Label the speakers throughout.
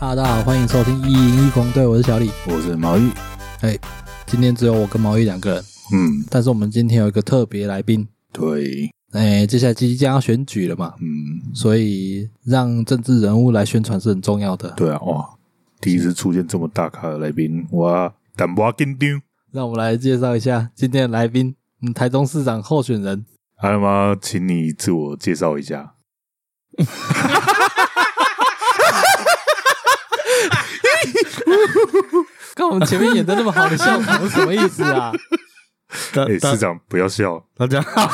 Speaker 1: 大家好，欢迎收听一营一工队，我是小李。
Speaker 2: 我是毛玉。
Speaker 1: 今天只有我跟毛玉两个人，
Speaker 2: 嗯，
Speaker 1: 但是我们今天有一个特别来宾。
Speaker 2: 对，
Speaker 1: 哎，接下来即将要选举了嘛，
Speaker 2: 嗯，
Speaker 1: 所以让政治人物来宣传是很重要的。
Speaker 2: 对啊，哇，第一次出现这么大咖的来宾，哇，淡薄啊紧张。
Speaker 1: 让我们来介绍一下今天的来宾，嗯，台中市长候选人。
Speaker 2: 阿妈，那么请你自我介绍一下。
Speaker 1: 跟我们前面演的那么好的效果，什么意思啊？
Speaker 3: 大
Speaker 2: 哎，
Speaker 3: 大
Speaker 2: 市长不要笑，
Speaker 3: 大家好，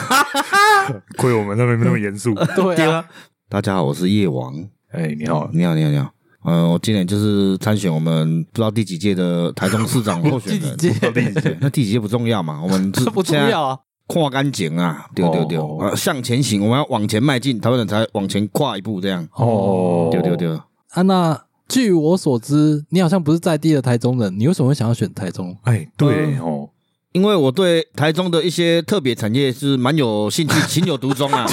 Speaker 2: 亏我们那边那么严肃。
Speaker 1: 对啊，
Speaker 3: 大家好，我是夜王。哦
Speaker 2: 哎，你
Speaker 1: 哦
Speaker 2: 好，
Speaker 3: 你好，你好，你好。呃，我今年就是参选我们不知道第几届的台中市长候选
Speaker 1: 第几
Speaker 3: 人。
Speaker 1: 届？
Speaker 3: 那第几届不重要嘛，我们
Speaker 1: 这
Speaker 3: 是
Speaker 1: 不重要啊。
Speaker 3: 跨干净啊，对对对，
Speaker 2: 哦
Speaker 3: 呃向前行，我们要往前迈进，台湾人才往前跨一步，这样。
Speaker 2: 哦
Speaker 3: 对对，对，
Speaker 1: 啊，那据我所知，你好像不是在地的台中人，你为什么会想要选台中？
Speaker 2: 哎，对
Speaker 3: 嗯
Speaker 2: 哦，
Speaker 3: 因为我对台中的一些特别产业是蛮有兴趣，情有 独钟啊。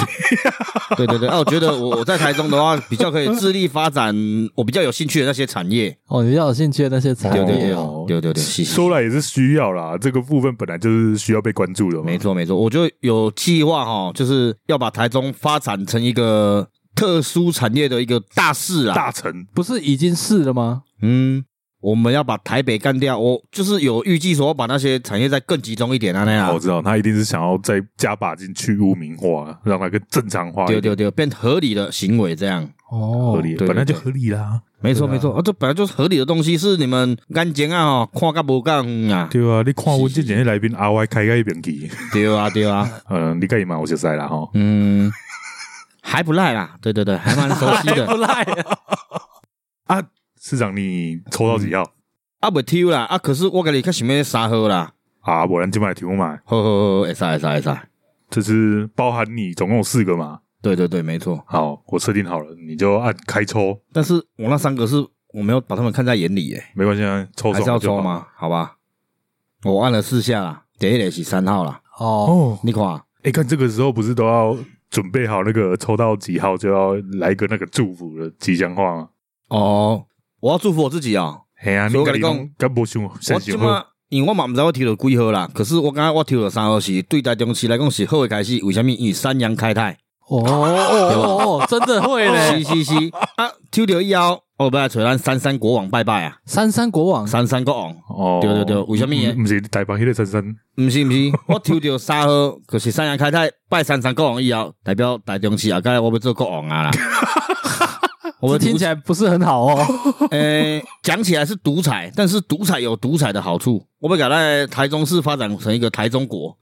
Speaker 3: 对对对，啊，我觉得我我在台中的话，比较可以致力发展我比较有兴趣的那些产业。
Speaker 1: 哦，你比较有兴趣的那些产
Speaker 3: 对对
Speaker 1: 业
Speaker 3: 对
Speaker 1: 哦。，
Speaker 3: 对对对，是是
Speaker 2: 说来也是需要啦，这个部分本来就是需要被关注的嘛。
Speaker 3: 没错没错，我就有计划哈，就是要把台中发展成一个特殊产业的一个大事啊。
Speaker 2: 大成，
Speaker 1: 不是已经是了吗？
Speaker 3: 嗯，我们要把台北干掉，我就是有预计说把那些产业再更集中一点啊那样
Speaker 2: 哦我。知道他一定是想要再加把劲去污名化，让它更正常化一
Speaker 3: 对
Speaker 2: 点，
Speaker 3: 对对，变合理的行为这样。
Speaker 1: 哦，
Speaker 2: 合理，
Speaker 3: 对对
Speaker 2: 本来就
Speaker 3: 对
Speaker 2: 合理啦。
Speaker 3: 没错
Speaker 1: 对啊
Speaker 3: 没错，啊，这本来就是合理的东西，是你们干净啊哦，看个不干啊，
Speaker 2: 对啊，你看我之前的来宾阿 Y 开开一边去，
Speaker 3: 对啊对啊，
Speaker 2: 嗯，你可以嘛，我就塞了哈。
Speaker 3: 嗯，还不赖啦，对对对，还蛮熟悉
Speaker 1: 不
Speaker 3: 的，
Speaker 1: 赖、
Speaker 2: 啊市长，你抽到几号？
Speaker 3: 啊不丢啦，啊可是我跟你看想要沙喝啦，
Speaker 2: 啊，我咱今麦题目嘛，
Speaker 3: 呵呵呵，会使会使会使，
Speaker 2: 这是包含你，总共有四个嘛。
Speaker 3: 对对对，没错。
Speaker 2: 好，我设定好了，你就按开抽，
Speaker 3: 但是我那三个是我没有把他们看在眼里耶，
Speaker 2: 没关系，啊，抽
Speaker 3: 还是要
Speaker 2: 中就
Speaker 3: 抽
Speaker 2: 好？
Speaker 3: 吗？好吧，我按了四下啦，啊第一个是三号啦，
Speaker 1: 哦，
Speaker 2: 哦，
Speaker 3: 你看，
Speaker 2: 哎，看这个时候不是都要准备好那个抽到几号就要来一个那个祝福的吉祥话吗？
Speaker 3: 哦，我要祝福我自己哦，
Speaker 2: 嘿啊，你
Speaker 3: 所以我跟你讲
Speaker 2: 敢不想
Speaker 3: 我
Speaker 2: 相
Speaker 3: 即
Speaker 2: 信
Speaker 3: 马
Speaker 2: 我？
Speaker 3: 因为我嘛毋知我抽到几号啦，可是我感觉我抽到三号是对台中市来讲是好的开始，为什么？因为三阳开泰，
Speaker 1: 哦哦哦哦，真的会
Speaker 3: 是
Speaker 1: 嘞！
Speaker 3: 是是，啊，抽到以后，我要来找咱三三国王拜拜啊，
Speaker 1: 三三国王
Speaker 3: 三三国王，
Speaker 2: 哦
Speaker 3: 对对对为什么耶
Speaker 2: 不是台北迄个珊珊，
Speaker 3: 毋是 毋是，我抽到三号，就是三阳开泰拜三三国王以后，代表台中市啊，该我要做国王啊 啦，我要
Speaker 1: 听起来不是很好哦。
Speaker 3: 呃，讲起来是独裁，但是独裁有独裁的好处。我们改在台中市发展成一个台中 国，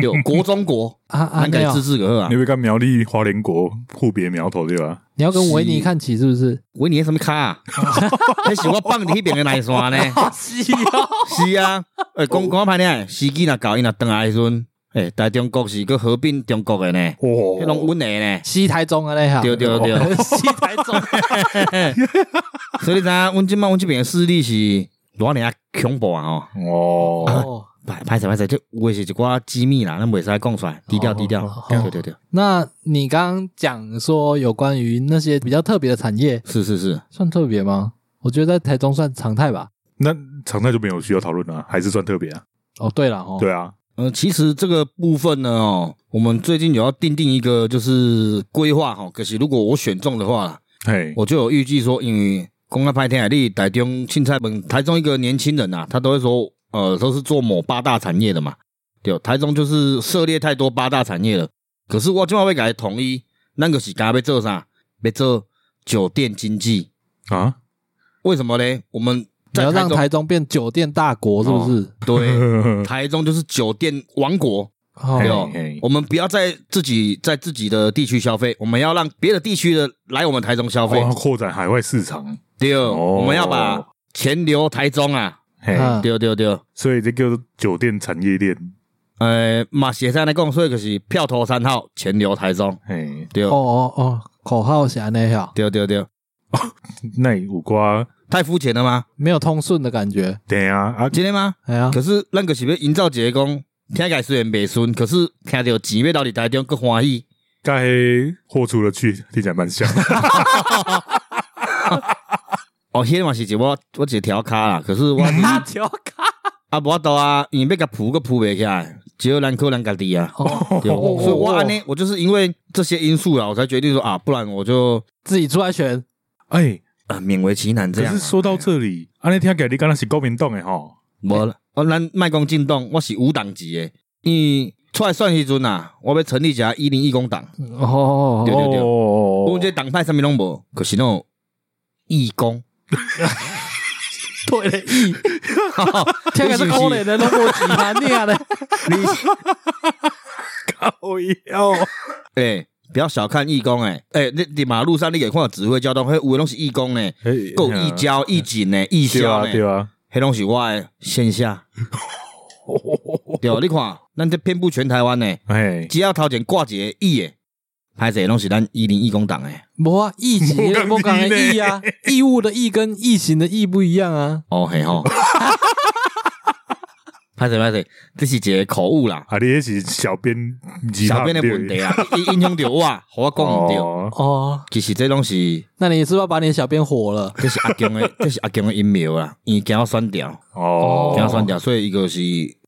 Speaker 3: 有国中国，
Speaker 1: 啊啊，
Speaker 3: 安
Speaker 1: 没
Speaker 3: 改
Speaker 1: 有
Speaker 3: 自，治个啊
Speaker 2: 你。会跟苗栗花莲国互别苗头对吧？
Speaker 1: 你要跟维尼看齐是不是？
Speaker 3: 维尼什么卡、 啊？还是我放你那边的奶山呢？
Speaker 1: 啊，是啊，
Speaker 3: 是啊，诶、讲讲歹听的，司机若搞伊若登来的时阵，诶、台中国是个合并中国的呢，迄拢
Speaker 2: 哦，
Speaker 3: 阮的 呢。
Speaker 1: 西台中啊那哈，
Speaker 3: 对对对，
Speaker 1: 西台中，
Speaker 3: 所以你知影，阮即满阮即边的势力是偌尔啊恐怖啊吼。
Speaker 2: 哦，
Speaker 1: 哦，
Speaker 3: 歹歹势歹势，这有诶是一寡机密啦，咱袂使讲出来，低调低调
Speaker 1: 哦哦。哦
Speaker 3: 对对对，
Speaker 1: 那你刚刚讲说有关于那些比较特别的产业，
Speaker 3: 是是是。
Speaker 1: 算特别吗？我觉得在台中算常态吧。
Speaker 2: 那常态就没有需要讨论了，还是算特别啊？
Speaker 1: 哦，对了哦，
Speaker 2: 对啊，
Speaker 3: 呃，其实这个部分呢，哦，我们最近有要定定一个就是规划哈，可是如果我选中的话啦，
Speaker 2: 嘿，
Speaker 3: 我就有预计说，因为公开拍天海利台中青菜本台中一个年轻人啊，他都会说，呃，都是做某八大产业的嘛，对哦，台中就是涉猎太多八大产业了。可是我今晚会改统一，那个是该要做啥？要做酒店经济，
Speaker 2: 啊，
Speaker 3: 为什么嘞？我们
Speaker 1: 你
Speaker 3: 在
Speaker 1: 要
Speaker 3: 台
Speaker 1: 让
Speaker 3: 中
Speaker 1: 台中变酒店大国是不是？
Speaker 3: 对台中就是酒店王国，
Speaker 1: 哦
Speaker 3: 对哦
Speaker 2: 嘿嘿，
Speaker 3: 我们不要在自己在自己的地区消费，我们要让别的地区的来我们台中消费。
Speaker 1: 哦
Speaker 2: 哇，扩展海外市场，
Speaker 3: 第二，
Speaker 2: 哦
Speaker 3: 我们要把钱留台中啊。
Speaker 2: 嘿，
Speaker 1: 嗯
Speaker 3: 对对对，
Speaker 2: 所以这个酒店产业链，
Speaker 3: 呃，马协山来讲，所以就是票投三号，钱留台中。
Speaker 2: 嘿，
Speaker 3: 对
Speaker 1: 哦哦哦，口号侠那哈，
Speaker 3: 对对对，
Speaker 2: 那五瓜，
Speaker 3: 太肤浅了吗？
Speaker 1: 没有通顺的感觉。
Speaker 2: 等下啊，
Speaker 3: 今天吗？
Speaker 1: 哎呀，
Speaker 3: 可是咱就是要营造一个讲，听起来虽然袂顺，可是听到钱要到你台中更欢喜。
Speaker 2: 该豁出了去，听起来蛮像，
Speaker 3: 哦，迄嘛是一我我一条骹啦，可是我
Speaker 1: 大条卡
Speaker 3: 啊无法度啊，因为要甲扑个扑袂起来，只有咱靠咱家己啊。
Speaker 1: 哦
Speaker 3: 对，所以我安尼，我就是因为这些因素啦，我才决定说啊，不然我就
Speaker 1: 自己出来选，
Speaker 2: 哎，
Speaker 3: 呃勉为其难这
Speaker 2: 可
Speaker 3: 样
Speaker 2: 是。说到这里，安尼听起来你刚才是国民党诶吼，
Speaker 3: 无啦，我咱卖讲进党，我是无党籍的，伊出来选时阵啊，我要成立一下一零一工党，
Speaker 1: 哦
Speaker 3: 对对对我
Speaker 2: 哦
Speaker 3: 们这党派上面拢无，可是那种义工，
Speaker 1: 对嘞，
Speaker 3: 哈哈
Speaker 1: 天个是可怜的，拢无其他你啊嘞，
Speaker 3: 你
Speaker 2: 哦哟，
Speaker 3: 哎、不要小看义工哎、欸、哎、你你马路上你也看到指挥交通，迄有的拢是义工呢、够义交、义警呢、
Speaker 2: 哎啊对
Speaker 3: 义消
Speaker 2: 啊
Speaker 3: 呢，
Speaker 2: 对啊，
Speaker 3: 迄拢是我的 线下。对，你看，咱这遍布全台湾呢，
Speaker 2: 哎，
Speaker 3: 只要头前挂一个义的，歹势拢是咱一零义工党诶。
Speaker 1: 无啊，义己
Speaker 2: 没讲
Speaker 1: 无讲的
Speaker 2: 义
Speaker 1: 义啊，义务的义跟义行的义不一样啊，
Speaker 3: 哦嘿 吼，歹势歹势，这是一个口误啦，
Speaker 2: 啊，你也是小编，
Speaker 3: 小编的问题啊，伊影响着我，互我讲毋对。
Speaker 2: 哦，
Speaker 1: 哦，
Speaker 3: 其实这拢是，
Speaker 1: 那你是不是要把你的小编火了？
Speaker 3: 这是阿强的，这是阿强的阴谋啦，伊惊我选掉，
Speaker 2: 哦，
Speaker 3: 惊我选掉，所以伊就是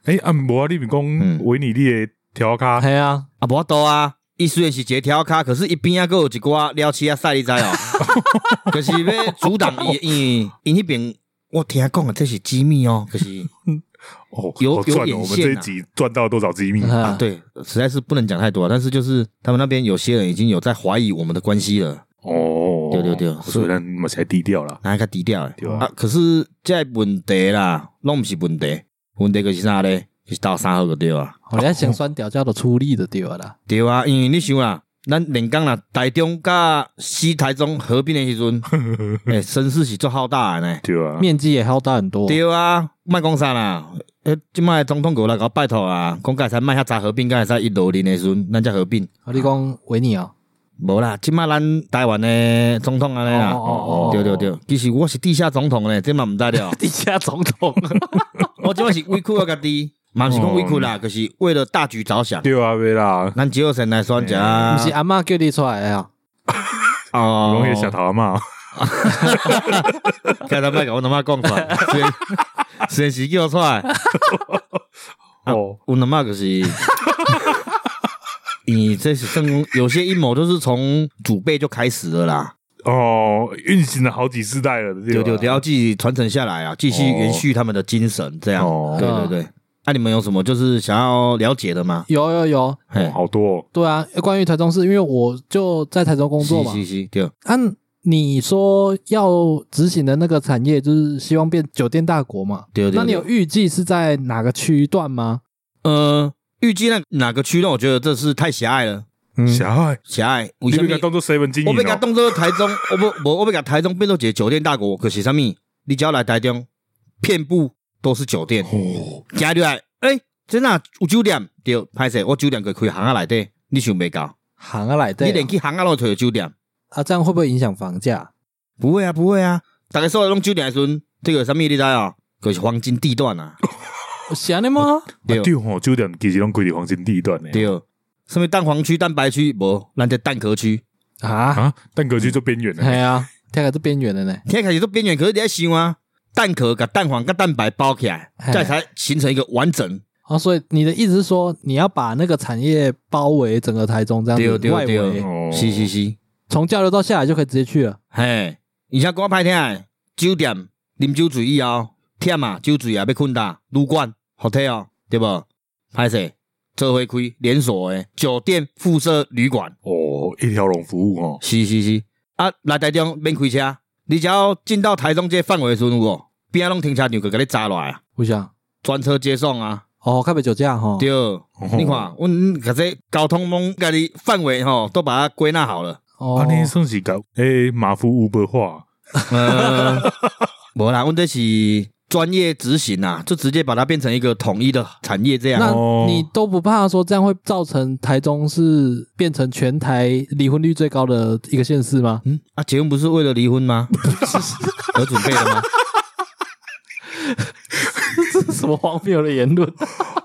Speaker 2: 哎，啊，无啊，你咪讲
Speaker 3: 嗯
Speaker 2: 维尼你的调卡，
Speaker 1: 嘿啊，
Speaker 3: 啊无多啊，伊虽然是一个条卡，可是伊边啊个有一寡撩起啊赛你知哦，可是要阻挡伊，因因迄边我听讲的这是机密哦，可是
Speaker 2: 哦，
Speaker 3: 有
Speaker 2: 好赚
Speaker 3: 有
Speaker 2: 哦，
Speaker 3: 眼
Speaker 2: 我们这一
Speaker 3: 线啊
Speaker 2: 集赚到多少机密？
Speaker 3: 啊
Speaker 1: 啊，
Speaker 3: 对，实在是不能讲太多啊，但是就是他们那边有些人已经有在怀疑我们的关系了，
Speaker 2: 哦，
Speaker 3: 对对对
Speaker 2: 所以咱嘛才低调啦。
Speaker 3: 那较低调诶
Speaker 2: 对啊
Speaker 3: 啊，可是这问题啦，拢毋是问题，问题就是啥咧，就是到三号就对啊。
Speaker 1: 我要想酸屌叫的出力的对了啦，
Speaker 3: 对啊，因为你想啦，咱连江啦、台中甲西台中合并的 时阵，诶、声势是足浩大的呢。
Speaker 2: 对啊，
Speaker 1: 面积也好大很多，
Speaker 3: 对啊，莫讲啥啦，诶，即摆的总统过来甲我拜托啊，讲甲会使莫遐早合并，甲会使伊落任的时阵，咱才合并。
Speaker 1: 啊，你讲维尼啊，
Speaker 3: 无啦，即摆咱台湾的总统安尼啦，
Speaker 1: 哦哦哦，
Speaker 3: 对对对，其实我是地下总统呢，这嘛毋知了
Speaker 1: 地下总统，
Speaker 3: 我即摆是委屈我家
Speaker 1: 哦
Speaker 3: 己，嘛毋是讲委屈啦，就是为了大局着想。
Speaker 2: 对啊，袂啦，
Speaker 3: 咱只有先来选一下
Speaker 1: 哎不是啊阿嬷叫你出来的啊，
Speaker 3: 哦
Speaker 2: 龙爷小头阿嘛，
Speaker 3: 该他妈甲阮他妈讲出来，虽然 虽然是叫我出来，
Speaker 2: 哦，
Speaker 3: 阮他妈就是， 你这是算讲有些阴谋都是从祖辈就开始了啦，
Speaker 2: 哦，运行了好几世代了，
Speaker 3: 对
Speaker 1: 啊
Speaker 2: 对
Speaker 3: 对
Speaker 2: 吧
Speaker 3: 对，要继续传承下来啊，继续延续他们的精神，这样，
Speaker 2: 哦
Speaker 3: 对对对。那、你们有什么就是想要了解的吗？
Speaker 1: 有有有，
Speaker 3: 嘿，
Speaker 2: 好多哦
Speaker 1: 对啊，关于台中市，因为我就在台中工作嘛，
Speaker 3: 是是是，对，
Speaker 1: 按你说要执行的那个产业，就是希望变酒店大国嘛。
Speaker 3: 对对对
Speaker 1: 那你有预计是在哪个区段吗？
Speaker 3: 呃，预计那哪个区段？我觉得这是太狭隘了，
Speaker 1: 嗯
Speaker 2: 小孩，
Speaker 3: 狭隘。为
Speaker 2: 你
Speaker 3: 什
Speaker 2: 被
Speaker 3: 么
Speaker 2: 他当做 seven 经
Speaker 3: 我被
Speaker 2: 营
Speaker 3: 甲
Speaker 2: 哦，
Speaker 3: 当做台中， 我不，我我被甲台中变做一个酒店大国，可是啥物？你只要来台中，遍布都是酒店。
Speaker 2: 哦，
Speaker 3: 加入来，诶、真啊有酒店，对，歹势，我酒店个开行啊内底，你想袂到？
Speaker 1: 行啊，来的
Speaker 3: 你连去行啊拢找到酒店？
Speaker 1: 啊，这样会不会影响房价？
Speaker 3: 不会啊，不会啊，大家说拢酒店的时阵，这个啥物你知啊？就是黄金地 段啊，
Speaker 1: 想的吗？
Speaker 3: 对
Speaker 2: 啊对吼，酒店其实拢规伫黄金地段呢，
Speaker 3: 对，什物蛋黄区、蛋白区无，咱这蛋壳区，
Speaker 1: 啊，
Speaker 2: 啊，但格局就边缘
Speaker 1: 哎
Speaker 2: 了，
Speaker 1: 呀，天啊，这边缘的呢。
Speaker 3: 听开始都边缘，可是你在想啊，蛋壳甲蛋黄甲蛋白包起来，
Speaker 1: 嘿
Speaker 3: 这才形成一个完整。
Speaker 1: 啊，所以你的意思是说，你要把那个产业包围整个台中这样
Speaker 3: 对
Speaker 1: 子，外
Speaker 3: 对对
Speaker 1: 围，
Speaker 2: 哦，
Speaker 3: 是是是。
Speaker 1: 从交流道下来就可以直接去了。
Speaker 3: 嘿，而且讲歹听诶，酒店啉酒醉以后，忝啊，酒醉啊，要困哒，旅馆、hotel 对无？歹势，做伙开连锁诶酒店附设旅馆，
Speaker 2: 哦，一条龙服务哦，
Speaker 3: 是是是，啊，来台中免开车，你只要进到台中这范围的时阵有无？边仔拢停车场就甲你扎落来啊，
Speaker 1: 我想，
Speaker 3: 专车接送啊，
Speaker 1: 哦，开不酒驾哈？
Speaker 3: 对，你看，阮甲这交通拢甲你范围吼，都把它归纳好 了。
Speaker 1: 哦
Speaker 2: 啊，，你算是搞诶马夫乌伯化，
Speaker 3: 呃，无啦，阮这是专业执行啊，就直接把它变成一个统一的产业这样。
Speaker 1: 那
Speaker 2: 哦
Speaker 1: 你都不怕说这样会造成台中是变成全台离婚率最高的一个县市吗？
Speaker 3: 嗯，啊，结婚不是为了离婚吗？ 有准备了吗？
Speaker 1: 这是什么荒谬的言论？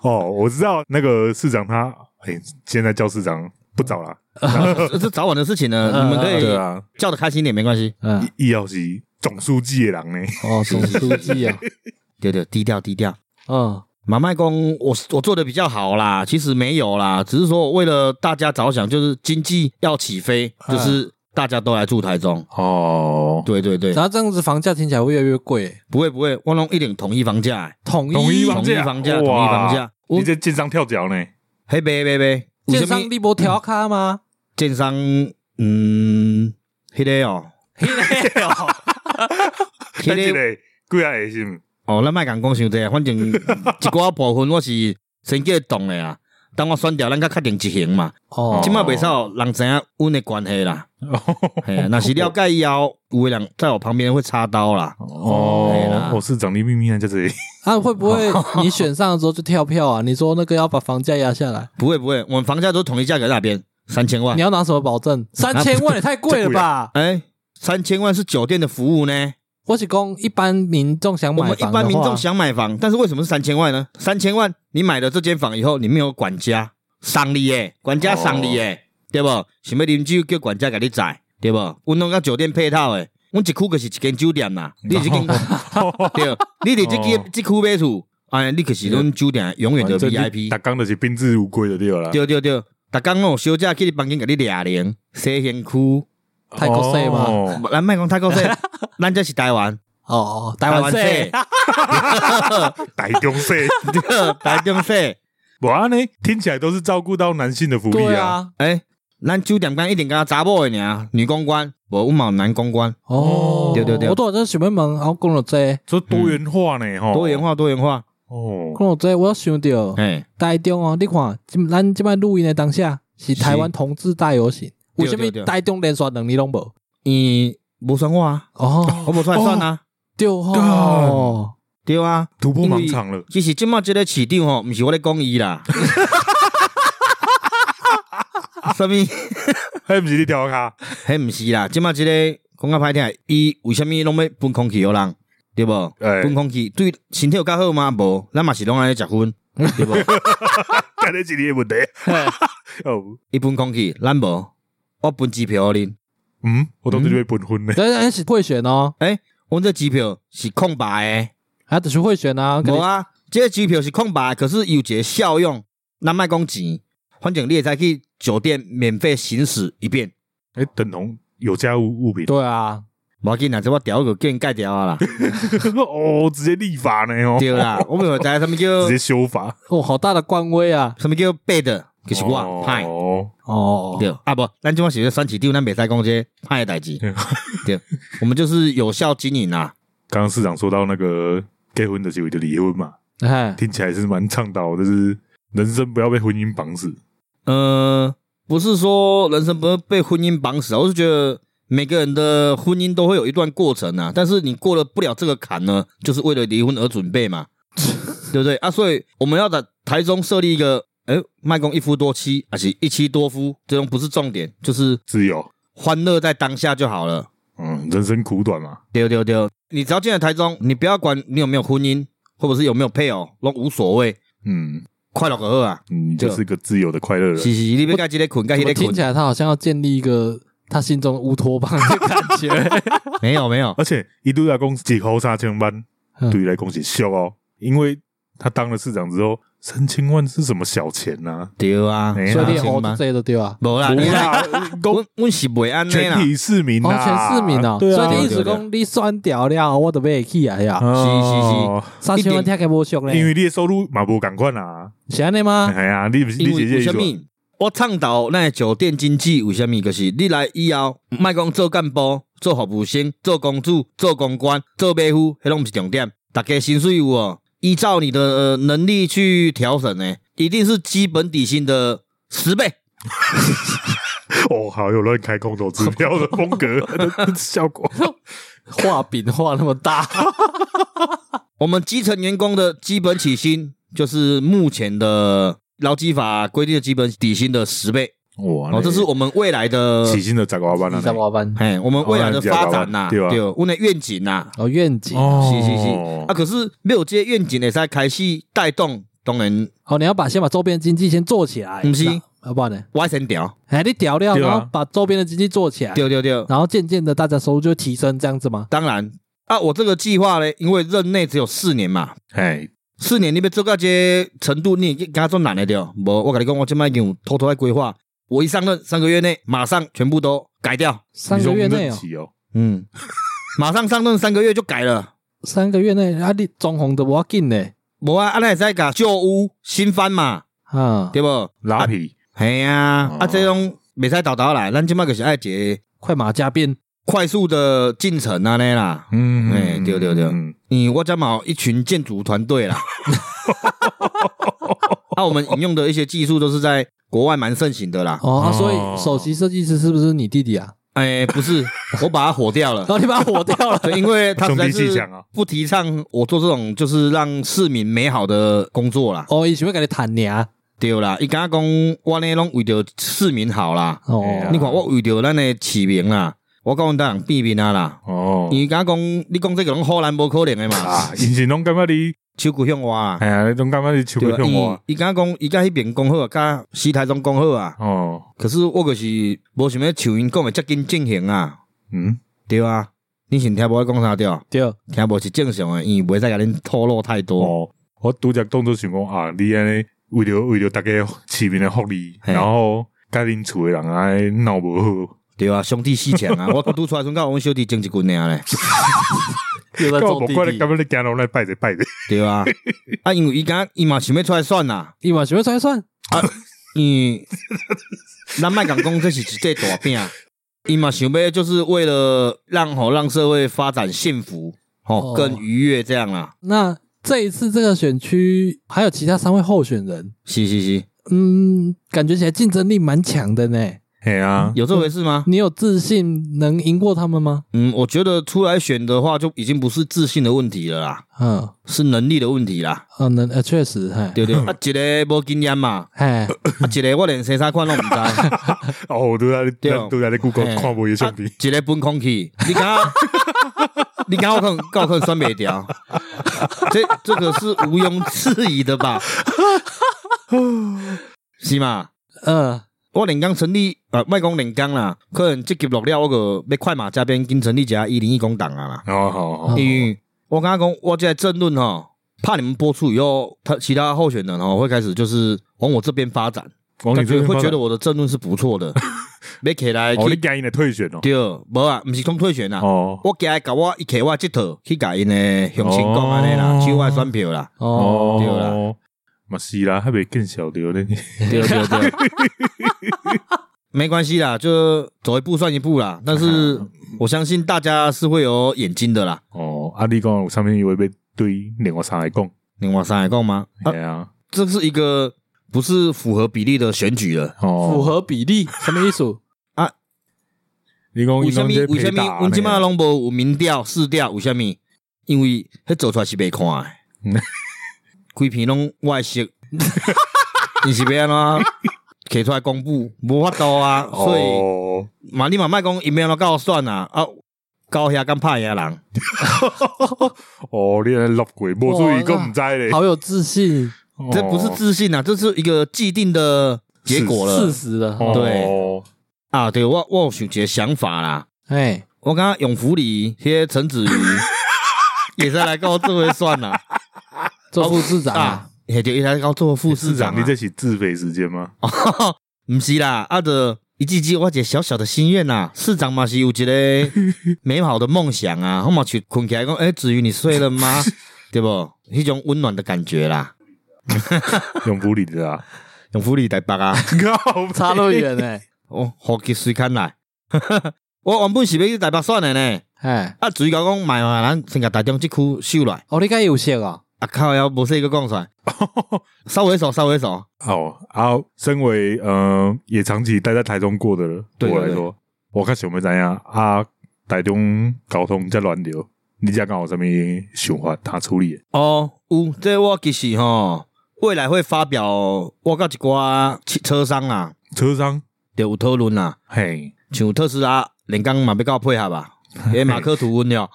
Speaker 2: 哦，我知道那个市长他，哎，现在叫市长不早啦，
Speaker 3: 这这早晚的事情呢，
Speaker 1: 嗯
Speaker 3: 你们可
Speaker 2: 对
Speaker 3: 以
Speaker 2: 啊，
Speaker 3: 叫的开心点没关系。
Speaker 1: 嗯，
Speaker 2: 医药是总书记的人呢，
Speaker 1: 哦，总书记啊，
Speaker 3: 对对，低调低调。
Speaker 1: 嗯，
Speaker 3: 马麦公，我我做的比较好啦，其实没有啦，只是说为了大家着想，就是经济要起飞，
Speaker 1: 嗯
Speaker 3: 就是大家都来住台中。
Speaker 2: 哦，
Speaker 3: 对对对，
Speaker 1: 然后这样子房价听起来会越来越贵，
Speaker 3: 不会不会，我弄一点统一房价、欸，
Speaker 1: 统
Speaker 2: 统一
Speaker 1: 一
Speaker 2: 房价，
Speaker 3: 统一房价
Speaker 2: 哇
Speaker 3: 统一房价我
Speaker 2: 你这建商跳脚呢？
Speaker 3: 嘿呗呗呗，有
Speaker 1: 建
Speaker 3: 什么
Speaker 1: 商力波调卡吗？
Speaker 3: 建商，嗯，迄个 哦，迄
Speaker 2: 咱这
Speaker 3: 个
Speaker 2: 个贵啊，也是
Speaker 3: 哦，咱卖讲讲伤济，反正一寡部分我是先叫懂的啊。等我选掉，咱较确定执行嘛。
Speaker 1: 哦
Speaker 3: 即，摆袂使哦，人知影阮的关 系啦。嘿啊，若是了解以后，有的人在我旁边会插刀啦。嘿
Speaker 2: 哦
Speaker 3: 啦，
Speaker 2: 我是长得秘密啊，在这里
Speaker 1: 啊，会不
Speaker 3: 哦
Speaker 1: 会你选上的时候就跳票 啊？你说那个要把房价压下来，
Speaker 3: 不会不会，我们房价都统一价格那边三千万
Speaker 1: 你。要拿什么保 证？三千万也太贵了吧？
Speaker 3: 哎，三千万是酒店的服务呢。
Speaker 1: 我是供一般民众想
Speaker 3: 我
Speaker 1: 买
Speaker 3: 们
Speaker 1: 房
Speaker 3: 一
Speaker 1: 的话，
Speaker 3: 般民众想买房，但是为什么是三千万呢？三千万，你买了这间房以后，你没有管家赏你耶，管家赏你
Speaker 1: 哦
Speaker 3: 耶，对不？想要啉酒叫管家给你载，对不？阮拢甲酒店配套诶，阮一区就是一间酒店啦，你这间
Speaker 1: 哦
Speaker 3: 对，你伫这
Speaker 2: 哦
Speaker 3: 间这区买厝，哎，你可是阮酒店永远的 VIP，
Speaker 2: 打刚的是宾至如归的对了啦，
Speaker 3: 对对对，逐工拢有小姐去你房间给你掠零，洗身躯，
Speaker 1: 泰国税吗
Speaker 2: 哦？
Speaker 3: 咱卖讲太高税，咱这是台湾，
Speaker 1: 哦哦，台湾税
Speaker 3: 税，
Speaker 2: 台中税，
Speaker 3: 对台中税。
Speaker 2: 哇呢，听起来都是照顾到男性的福利
Speaker 1: 对
Speaker 2: 啊。
Speaker 1: 啊，
Speaker 3: 诶、咱酒店干一定干查某诶尔，女公关，无阮嘛有男公关，
Speaker 1: 哦，
Speaker 3: 对对对
Speaker 1: 我都有在想要问，然后讲了这，
Speaker 2: 说多元化呢，吼，
Speaker 3: 嗯多元化多元化，
Speaker 2: 哦，
Speaker 1: 讲了这，我想到
Speaker 3: 诶、
Speaker 1: 台中哦，你看，今咱即摆录音的当下是台湾同志大游行，为
Speaker 3: 对
Speaker 1: 什么
Speaker 3: 对对
Speaker 1: 台中连续两年拢无？
Speaker 3: 伊无算我啊，
Speaker 1: 哦，
Speaker 3: 我无算算啊，
Speaker 1: 对哦，
Speaker 3: 对啊，
Speaker 2: 突破盲场了，
Speaker 3: 其实即满即个市场吼，毋是我咧讲 伊啦，什物
Speaker 2: 还哎不是你调卡？
Speaker 3: 迄毋是啦，即满即个讲较歹听，伊为什物拢要分空气互人， 对无？
Speaker 2: 哎，
Speaker 3: 分空气对身体有较好吗？无，咱嘛是拢安尼食薰，对无？
Speaker 2: 干得起你的问题。哦，
Speaker 3: 伊分空气，咱无，我分支票互恁。
Speaker 2: 嗯，我当时就被本婚呢。
Speaker 3: 嗯
Speaker 1: 但是那是贿选哦，
Speaker 3: 阮这机票是空白
Speaker 1: 啊，就是贿选啊，
Speaker 3: 的，无啊，这个机票是空白的，可是有一个效用，咱卖讲钱，反正你也使去酒店免费行驶一遍。
Speaker 2: 哎，等同有价物物品。
Speaker 1: 对啊，
Speaker 3: 无要紧啦，这我调个建盖掉啊啦，
Speaker 2: 哦，直接立法呢哦，
Speaker 3: 对啦，我们有知什么 叫
Speaker 2: 直接修法。
Speaker 1: 哦，好大的官威啊，
Speaker 3: 什么叫 bad，就是我
Speaker 2: 哦
Speaker 3: 派、
Speaker 1: 哦，
Speaker 3: 对啊不，咱即马是咧选市场，咱袂使讲这派的 代志
Speaker 2: 对，
Speaker 3: 对，我们就是有效经营啦、
Speaker 2: 刚刚市长说到那个结婚的时候就离婚嘛，
Speaker 1: 哎，
Speaker 2: 听起来是蛮倡导，就是人生不要被婚姻绑死。
Speaker 3: 呃，不是说人生不会被婚姻绑死啊，我是觉得每个人的婚姻都会有一段过程啊，但是你过了不了这个坎呢，就是为了离婚而准备嘛， 对不对啊？所以我们要在台中设立一个，哎，卖公一夫多妻，而且一妻多夫，这种不是重点，就是
Speaker 2: 自由，
Speaker 3: 欢乐在当下就好了。
Speaker 2: 嗯，人生苦短嘛，
Speaker 3: 对对对，你只要进了台中，你不要管你有没有婚姻，或者是有没有配偶，都无所谓，
Speaker 2: 嗯，
Speaker 3: 快乐可好啊！
Speaker 2: 你就是个自由的快乐
Speaker 3: 是
Speaker 2: 人。
Speaker 3: 是，你要该这个困，该
Speaker 1: 怎
Speaker 3: 那
Speaker 1: 么
Speaker 3: 个
Speaker 1: 听
Speaker 3: 困
Speaker 1: 起，来他好像要建立一个他心中的乌托邦的感
Speaker 2: 哎
Speaker 1: 觉，
Speaker 3: 没有没有，
Speaker 2: 而且一度来公几口杀千万，
Speaker 1: 嗯
Speaker 2: 对于来公是笑哦，因为他当了市长之后，三千万是什么小钱呐？
Speaker 3: 对啊，
Speaker 2: 哎呀
Speaker 1: 所以
Speaker 3: 三
Speaker 1: 你
Speaker 3: 千
Speaker 1: 哦
Speaker 3: 万
Speaker 1: 这的对吧？
Speaker 3: 无啦，
Speaker 2: 不
Speaker 3: 啊你啦，
Speaker 2: 啦，呃
Speaker 3: 阮阮是啊袂安尼
Speaker 2: 全
Speaker 3: 啦，
Speaker 2: 体市民
Speaker 1: 哦，
Speaker 2: 呐，
Speaker 1: 全市民哦，
Speaker 2: 对啊
Speaker 1: 所以，你一直讲你算掉了，我都被气啊呀，
Speaker 2: 哦，
Speaker 1: 三千万听起来无俗
Speaker 2: 因
Speaker 1: 嘞，
Speaker 2: 为你的收入嘛无共款啊，
Speaker 1: 是安尼吗？
Speaker 2: 哎呀，你不是
Speaker 3: 因
Speaker 2: 你
Speaker 3: 为
Speaker 2: 姐
Speaker 3: 为
Speaker 2: 姐
Speaker 3: 什么
Speaker 2: 说，？
Speaker 3: 我倡导咱的酒店经济，为什么？就是你来以后，莫讲做干部、做服务生、做公主、做公关、做马夫，迄拢毋是重点。大家薪水有哦，依照你的、呃能力去调整呢，一定是基本底薪的十倍。
Speaker 2: 哦，好有乱开空头支票的风 格效果，
Speaker 1: 画饼画那么 大，
Speaker 3: 我们基层员工的基本起薪就是目前的劳基法规定的基本底薪的十倍。
Speaker 2: 哇
Speaker 3: 哦，这是我们未来的
Speaker 2: 起薪的杂瓜班
Speaker 1: 你
Speaker 2: 了
Speaker 1: 怎
Speaker 2: 呢，
Speaker 1: 么办？
Speaker 3: 嘿，我们未来的发展呐、
Speaker 2: 哦
Speaker 3: 对
Speaker 2: 那你自己搞吧对
Speaker 3: 吧，我们的愿景呐、
Speaker 1: 哦，愿景
Speaker 2: 哦
Speaker 3: 是是是啊，可是没有这些愿景，会使开始带动，当然
Speaker 1: 哦，你要把先把周边经济先做起来，
Speaker 3: 不是
Speaker 1: 那要不然呢？
Speaker 3: 歪神屌，
Speaker 1: 哎，你屌掉，
Speaker 2: 对啊
Speaker 1: 然后把周边的经济做起来，
Speaker 3: 丢丢丢。
Speaker 1: 然后渐渐的大家收入就会提升，这样子吗？
Speaker 3: 当然啊，我这个计划呢，因为任内只有四年嘛，
Speaker 2: 哎，
Speaker 3: 四年你要做到这程度，你跟他做难的对了。无，我跟你讲，我现在已经有偷偷在规划，我一上任三个月内马上全部都改掉，
Speaker 1: 三个月内哦，
Speaker 2: 起哦，
Speaker 3: 嗯，马上上任三个月就改了。
Speaker 1: 三个月内啊，你中红的我要进呢，
Speaker 3: 无啊，啊那会使甲旧屋新翻嘛，
Speaker 1: 啊，
Speaker 3: 对不？
Speaker 2: 拉皮，
Speaker 3: 嘿呀、啊，
Speaker 2: 哦
Speaker 3: 啊这种袂使倒倒来，咱即摆就是爱一个
Speaker 1: 快马加鞭，
Speaker 3: 快速的进程安尼啦。
Speaker 2: 嗯
Speaker 3: 哎对对对
Speaker 2: 嗯
Speaker 3: 嗯，我家嘛有一群建筑团队啦。那、啊、我们引用的一些技术都是在国外蛮盛行的啦。
Speaker 1: 哦，啊
Speaker 2: 哦
Speaker 1: 所以首席设计师是不是你弟弟啊？
Speaker 3: 哎、不是，我把它火掉了
Speaker 1: 然，后你把它火掉了，
Speaker 3: 对因为他实在
Speaker 2: 兄弟气
Speaker 3: 是
Speaker 2: 象啊
Speaker 3: 不提倡我做这种就是让市民美好的工作啦。
Speaker 1: 哦，以前会给你谈娘
Speaker 3: 对啦，伊敢讲我呢拢为着市民好啦，
Speaker 1: 哦
Speaker 2: 哎，呀
Speaker 3: 你看我为着咱的市民啦，我甲阮当人避免啊啦。
Speaker 2: 哦
Speaker 3: 伊敢讲你讲这个拢好难无可能的嘛
Speaker 2: 啊，，以前拢感觉你，
Speaker 3: 手骨向我啊
Speaker 2: 哎。呀，拢感觉你手
Speaker 3: 对
Speaker 2: 过
Speaker 3: 啊，
Speaker 2: 向我，
Speaker 3: 伊伊敢讲，伊甲迄边讲好啊，甲西台中讲好啊。
Speaker 2: 哦，
Speaker 3: 可是我就是无想要像因讲的遮紧进行啊，
Speaker 2: 嗯，
Speaker 3: 对啊。你先听无我讲啥对啊，
Speaker 1: 对，
Speaker 3: 听无是正常的，伊袂使甲恁透露太多。
Speaker 2: 哦，我拄则当作想讲啊，你安尼为着为着大家市民的福利，
Speaker 3: 嘿
Speaker 2: 然后甲恁厝的人安尼闹无好，
Speaker 3: 对啊，兄弟戏强 啊，我拄出来时阵甲阮小弟争一棍尔咧，
Speaker 1: 又在
Speaker 2: 到
Speaker 1: 做
Speaker 2: 无
Speaker 1: 弟
Speaker 2: 怪你
Speaker 1: 弟
Speaker 2: 感，觉你行路来拜者拜者，
Speaker 3: 对啊。啊，因为伊敢伊嘛想要出来啊选啦，
Speaker 1: 你嘛学会算一算，
Speaker 3: 伊咱莫讲讲这是一块大饼，伊嘛想要就是为了让吼让社会发展幸福，吼、
Speaker 1: 哦
Speaker 3: 更愉悦这样啊啦。
Speaker 1: 那这一次这个选区还有其他三位候选人，
Speaker 3: 是是是，
Speaker 1: 嗯，感觉起来竞争力蛮强的呢。
Speaker 2: 嘿啊，
Speaker 3: 有这回事吗？
Speaker 1: 你有自信能赢过他们吗？
Speaker 3: 嗯，我觉得出来选的话，就已经不是自信的问题了啦，
Speaker 1: 嗯，
Speaker 3: 是能力的问题啦，
Speaker 1: 啊，能，呃，确实，嘿，
Speaker 3: 对不 对？啊，一个无经验嘛，
Speaker 1: 嘿，
Speaker 3: 啊，一个我连生啥款拢毋知，
Speaker 2: 哦，拄则
Speaker 3: 对哦
Speaker 2: 拄则咧 Google
Speaker 3: 嘿
Speaker 2: 看无伊相片，
Speaker 3: 一个分空气，你敢？ 你敢我可能我可能选袂掉，这这个是毋庸置疑的吧？ 是嘛？
Speaker 1: 嗯，
Speaker 3: 我连刚成立，呃，莫讲连刚啦，可能这集录了，我个要快马加鞭，跟成立一下一零一公党啊啦。
Speaker 2: 哦好好，
Speaker 3: 因为我刚刚讲，我这个争论哈，怕你们播出以后，他其他候选人哦会开始就是往我这边发展，
Speaker 2: 往
Speaker 3: 感
Speaker 2: 你这
Speaker 3: 觉
Speaker 2: 边
Speaker 3: 会
Speaker 2: 发
Speaker 3: 觉
Speaker 2: 展
Speaker 3: 得我的争论是不 错的，别起来
Speaker 2: 哦，你
Speaker 3: 去
Speaker 2: 惊因的退选哦，
Speaker 3: 对，无啊，不是讲退选啦，
Speaker 2: 哦，
Speaker 3: 我加搞我一起我这套去甲因的乡亲讲安尼啦，
Speaker 2: 哦
Speaker 3: 抢我的选票啦，
Speaker 1: 哦，
Speaker 2: 哦，
Speaker 3: 对啦
Speaker 2: 嘛是啦，还袂更小着咧，
Speaker 3: 对对对。 没关系啦，就走一步算一步啦。但是我相信大家是会有眼睛的啦。
Speaker 2: 哦，啊，你讲有啥物话要对另外三来讲，
Speaker 3: 另外三来讲吗？啊
Speaker 2: 嘿，啊，
Speaker 3: 这是一个不是符合比例的选举了。
Speaker 2: 哦，
Speaker 1: 符合比例，什么意思？
Speaker 2: 你讲
Speaker 3: 为
Speaker 2: 伊
Speaker 3: 什
Speaker 2: 讲
Speaker 3: 么？
Speaker 2: 这
Speaker 3: 为什
Speaker 2: 陪
Speaker 3: 么
Speaker 2: 打？
Speaker 3: 阮即摆
Speaker 2: 呢
Speaker 3: 拢无有民调、市调？为什么？因为迄做出来是袂看诶
Speaker 2: 嗯，
Speaker 3: 规片拢 外色，你是要安怎摕出来公布？无法度啊，所以
Speaker 2: 哦，
Speaker 3: 嘛，你嘛莫讲伊要安怎甲我选啊啊！到遐敢拍遐人，
Speaker 2: 哦，你安尼落鬼，无注
Speaker 1: 哇
Speaker 2: 意个
Speaker 1: 那
Speaker 2: 毋知咧，
Speaker 1: 好有自信，
Speaker 2: 哦
Speaker 3: 这不是自信啊，这是一个既定的结果
Speaker 1: 事
Speaker 3: 了
Speaker 1: 实了，
Speaker 2: 哦
Speaker 3: 对啊！对我，我有想一个想法啦，
Speaker 1: 哎，
Speaker 3: 我感觉永福里迄个陈子 瑜也是来跟我做伙算啦。
Speaker 1: 做副市长啊
Speaker 3: 啊，，也就伊来搞做副市
Speaker 2: 市
Speaker 3: 长、
Speaker 2: 长，你
Speaker 3: 啊。哦
Speaker 2: 这是自肥时间吗？
Speaker 3: 唔是啦，啊的一季季我一个小小的心愿啦，市长嘛是有一个美好的梦想啊，我嘛去困起来讲，诶、欸子瑜你睡了吗？对不？一种温暖的感觉啦，
Speaker 2: 永不理的啊，
Speaker 3: 用福利台北啊，
Speaker 2: 靠
Speaker 1: 差那么远 哎，
Speaker 3: 哦，好给随看来， 我原本是要去台北选的呢，
Speaker 1: 哎，
Speaker 3: 啊，子瑜甲我讲买嘛，咱先甲台中即区收来，
Speaker 1: 哦，你该有些啊，
Speaker 3: 啊靠，要无说个讲出来，稍微手，稍微手，
Speaker 2: 哦，啊，身为呃也长期待在台中过的了，
Speaker 3: 对
Speaker 2: 对
Speaker 3: 对
Speaker 2: 我来说，我较想要知影啊，台中交通遮乱流，你遮敢有啥物想法他处理的？
Speaker 3: 哦，有，这我其实吼，未来会发表我甲一寡汽车商啊，
Speaker 2: 车商，
Speaker 3: 就有讨论啦，
Speaker 2: 嘿，
Speaker 3: 像特斯拉，连刚嘛要甲我配 合吧，诶，马克吐温了，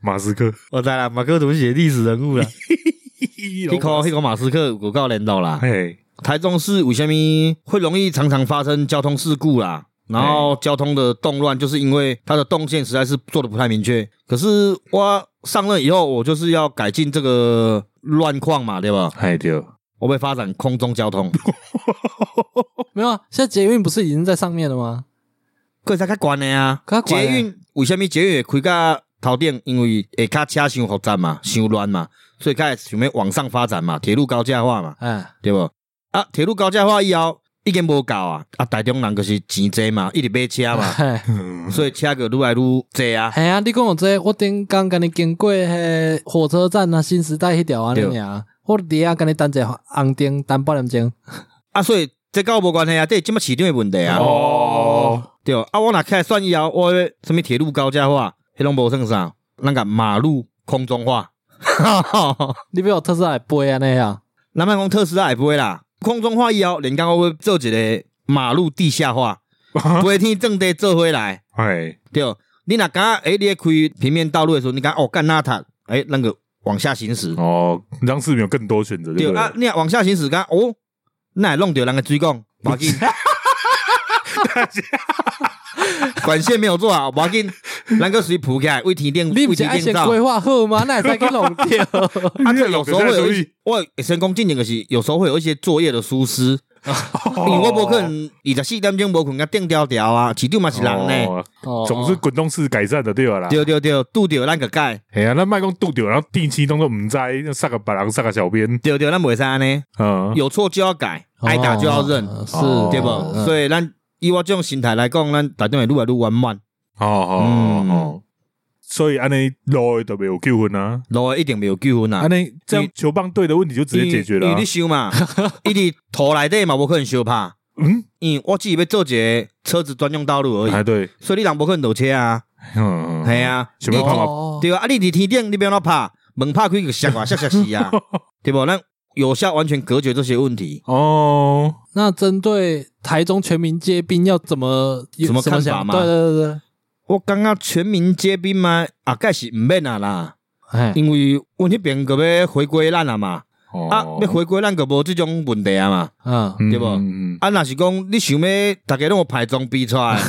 Speaker 2: 马斯 克，
Speaker 3: 我 知啦，马克吐温是历史人物啦，迄个迄个马斯克有够连到啦，
Speaker 2: 嘿，
Speaker 3: 台中市为什么会容易常常发生交通事故啦？然后交通的动乱，就是因为它的动线实在是做的不太明确。可是我上任以后，我就是要改进这个乱况嘛，对吧？
Speaker 2: 嗨丢，
Speaker 3: 我会发展空中交通，
Speaker 1: 没有啊，现在捷运不是已经在上面了吗？
Speaker 3: 可是较管的啊
Speaker 1: 较。悬
Speaker 3: 捷
Speaker 1: 的
Speaker 3: 运为什么捷运会开到头顶？因为下骹车伤复杂嘛，伤乱嘛，所以开始想要往上发展嘛，铁路高架化嘛。
Speaker 1: 哎，
Speaker 3: 对无啊，铁路高架化以后已经无够啊，啊，台中人就是钱济嘛，一直买车 嘛，
Speaker 1: 嘿
Speaker 2: 嗯，
Speaker 3: 所以车个愈来愈济啊。
Speaker 1: 嘿啊，你讲我这我顶刚跟你经过迄火车站啊，新时代迄条啊，
Speaker 3: 对
Speaker 1: 你啊，我伫啊跟你等一下红灯等半点钟。
Speaker 3: 啊，所以这跟我无关系啊，这是即么市场的问题啊。
Speaker 2: 哦，
Speaker 3: 对，啊，我若起来算以后，我要什么铁路高架化，迄拢无算啥，咱个马路空中化。
Speaker 1: 你比我特斯拉还飞安尼啊？
Speaker 3: 咱莫讲特斯拉也不会啦，空中化以后，人家会做一个马路地下 化，飞天正地做回来。
Speaker 2: 哎，
Speaker 3: 对，你若敢诶，你咧开平面道路的时候，你敢哦干那塔，诶，那个往下行驶，
Speaker 2: 哦，让市民有更多选择，对
Speaker 3: 对
Speaker 2: 不
Speaker 3: 啊，
Speaker 2: 对？
Speaker 3: 你若往下行驶，敢哦，那会弄掉人个 追讲，无要紧，管线没有做好，无要紧，咱个水铺起来，为天电，
Speaker 1: 你
Speaker 3: 为
Speaker 1: 不是
Speaker 3: 天
Speaker 1: 爱
Speaker 3: 电
Speaker 1: 先
Speaker 3: 造。
Speaker 1: 规划好吗？那才去弄 掉。
Speaker 3: 啊，这有时候会有
Speaker 2: 你
Speaker 3: 一
Speaker 2: 这
Speaker 3: 些，我成功进行的是，有时候会有一些作业的 疏失，
Speaker 2: 哦
Speaker 3: 因为我无可能二十四点钟无困，甲定调调啊，市场嘛是人呢，
Speaker 2: 哦
Speaker 1: 哦
Speaker 2: 总是滚动式改善的，对吧啦？
Speaker 3: 对对对，拄着咱个改，
Speaker 2: 哎呀，那卖公度掉，然后定期动作唔在，那上个白狼，上个小编，
Speaker 3: 对对，咱袂使安尼。
Speaker 2: 嗯，
Speaker 3: 有错就要改，挨打就要认，
Speaker 1: 哦是
Speaker 2: 哦
Speaker 3: 对不？
Speaker 1: 嗯
Speaker 3: 所以咱以我这种心态来讲，咱打电话越来越圆啊满，
Speaker 2: 哦哦哦哦，
Speaker 3: 嗯
Speaker 2: 所以安尼路的都没有纠纷啊，
Speaker 3: 路的一定没有纠纷
Speaker 2: 安
Speaker 3: 啊。
Speaker 2: 尼这样球棒队的问题就直接解决了
Speaker 3: 因
Speaker 2: 啊
Speaker 3: 为因为你。想嘛，伊伫头内底嘛，无可能相拍，
Speaker 2: 嗯，
Speaker 3: 因为我只是要做一个车子专用道路而
Speaker 2: 哎
Speaker 3: 已，
Speaker 2: 对，
Speaker 3: 所以你人无可能落车啊，
Speaker 2: 嗯，
Speaker 3: 系啊，
Speaker 2: 想要
Speaker 3: 你
Speaker 2: 看嘛
Speaker 1: 哦
Speaker 3: 对啊，啊你伫天顶你要安怎拍，门拍开就摔啊，摔摔死啊，对不？咱有效完全隔绝这些问题，
Speaker 2: 哦，
Speaker 1: 那针对台中全民皆兵要怎么有
Speaker 3: 怎么看法
Speaker 1: 想
Speaker 3: 吗
Speaker 1: 对对对对，
Speaker 3: 我感觉全民皆兵嘛，啊，该是毋免啊啦，
Speaker 1: 哎，
Speaker 3: 因为阮迄边个要回归咱啊嘛。啊，要
Speaker 2: 回
Speaker 3: 回归咱就无即种问题啊嘛。
Speaker 1: 嗯，
Speaker 3: 对不
Speaker 2: 哦嗯嗯
Speaker 3: 啊，若是讲你想要大家拢有排装比出来，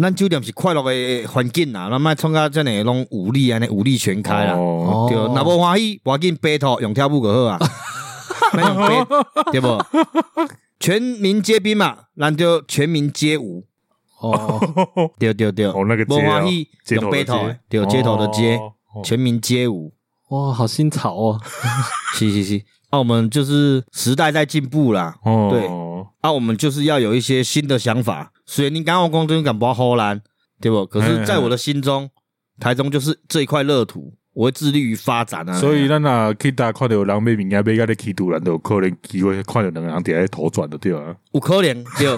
Speaker 3: 咱酒店是快乐的环境啊，咱莫创到遮尔拢武力安尼武力全开啦。
Speaker 2: 哦，
Speaker 1: 哦
Speaker 3: 对，若无欢喜，无要紧，白头用跳舞就好 啊，莫用白，对无？全民皆兵嘛，咱就全民皆舞。
Speaker 1: 哦，
Speaker 3: 对对对，
Speaker 2: 哦那个街
Speaker 3: 无
Speaker 2: 啊
Speaker 3: 欢喜，
Speaker 2: 街
Speaker 3: 用
Speaker 2: 头的
Speaker 3: 白头
Speaker 2: 街，，
Speaker 3: 对街头的街，
Speaker 2: 哦，哦
Speaker 3: 全民皆舞。
Speaker 1: 哇，好新潮哦，
Speaker 3: 是是是，啊，我们就是时代在进步啦。
Speaker 2: 哦
Speaker 3: 对啊，我们就是要有一些新的想法。虽然你刚刚讲真敢不好兰，对不？可是，在我的心中，台中就是这一块乐土，我会致力于发展啊。
Speaker 2: 所以咱若去大看到有人买物件买甲咧起突然就有可能机会看到两个人伫咧头转就对啊。
Speaker 3: 有可能 对，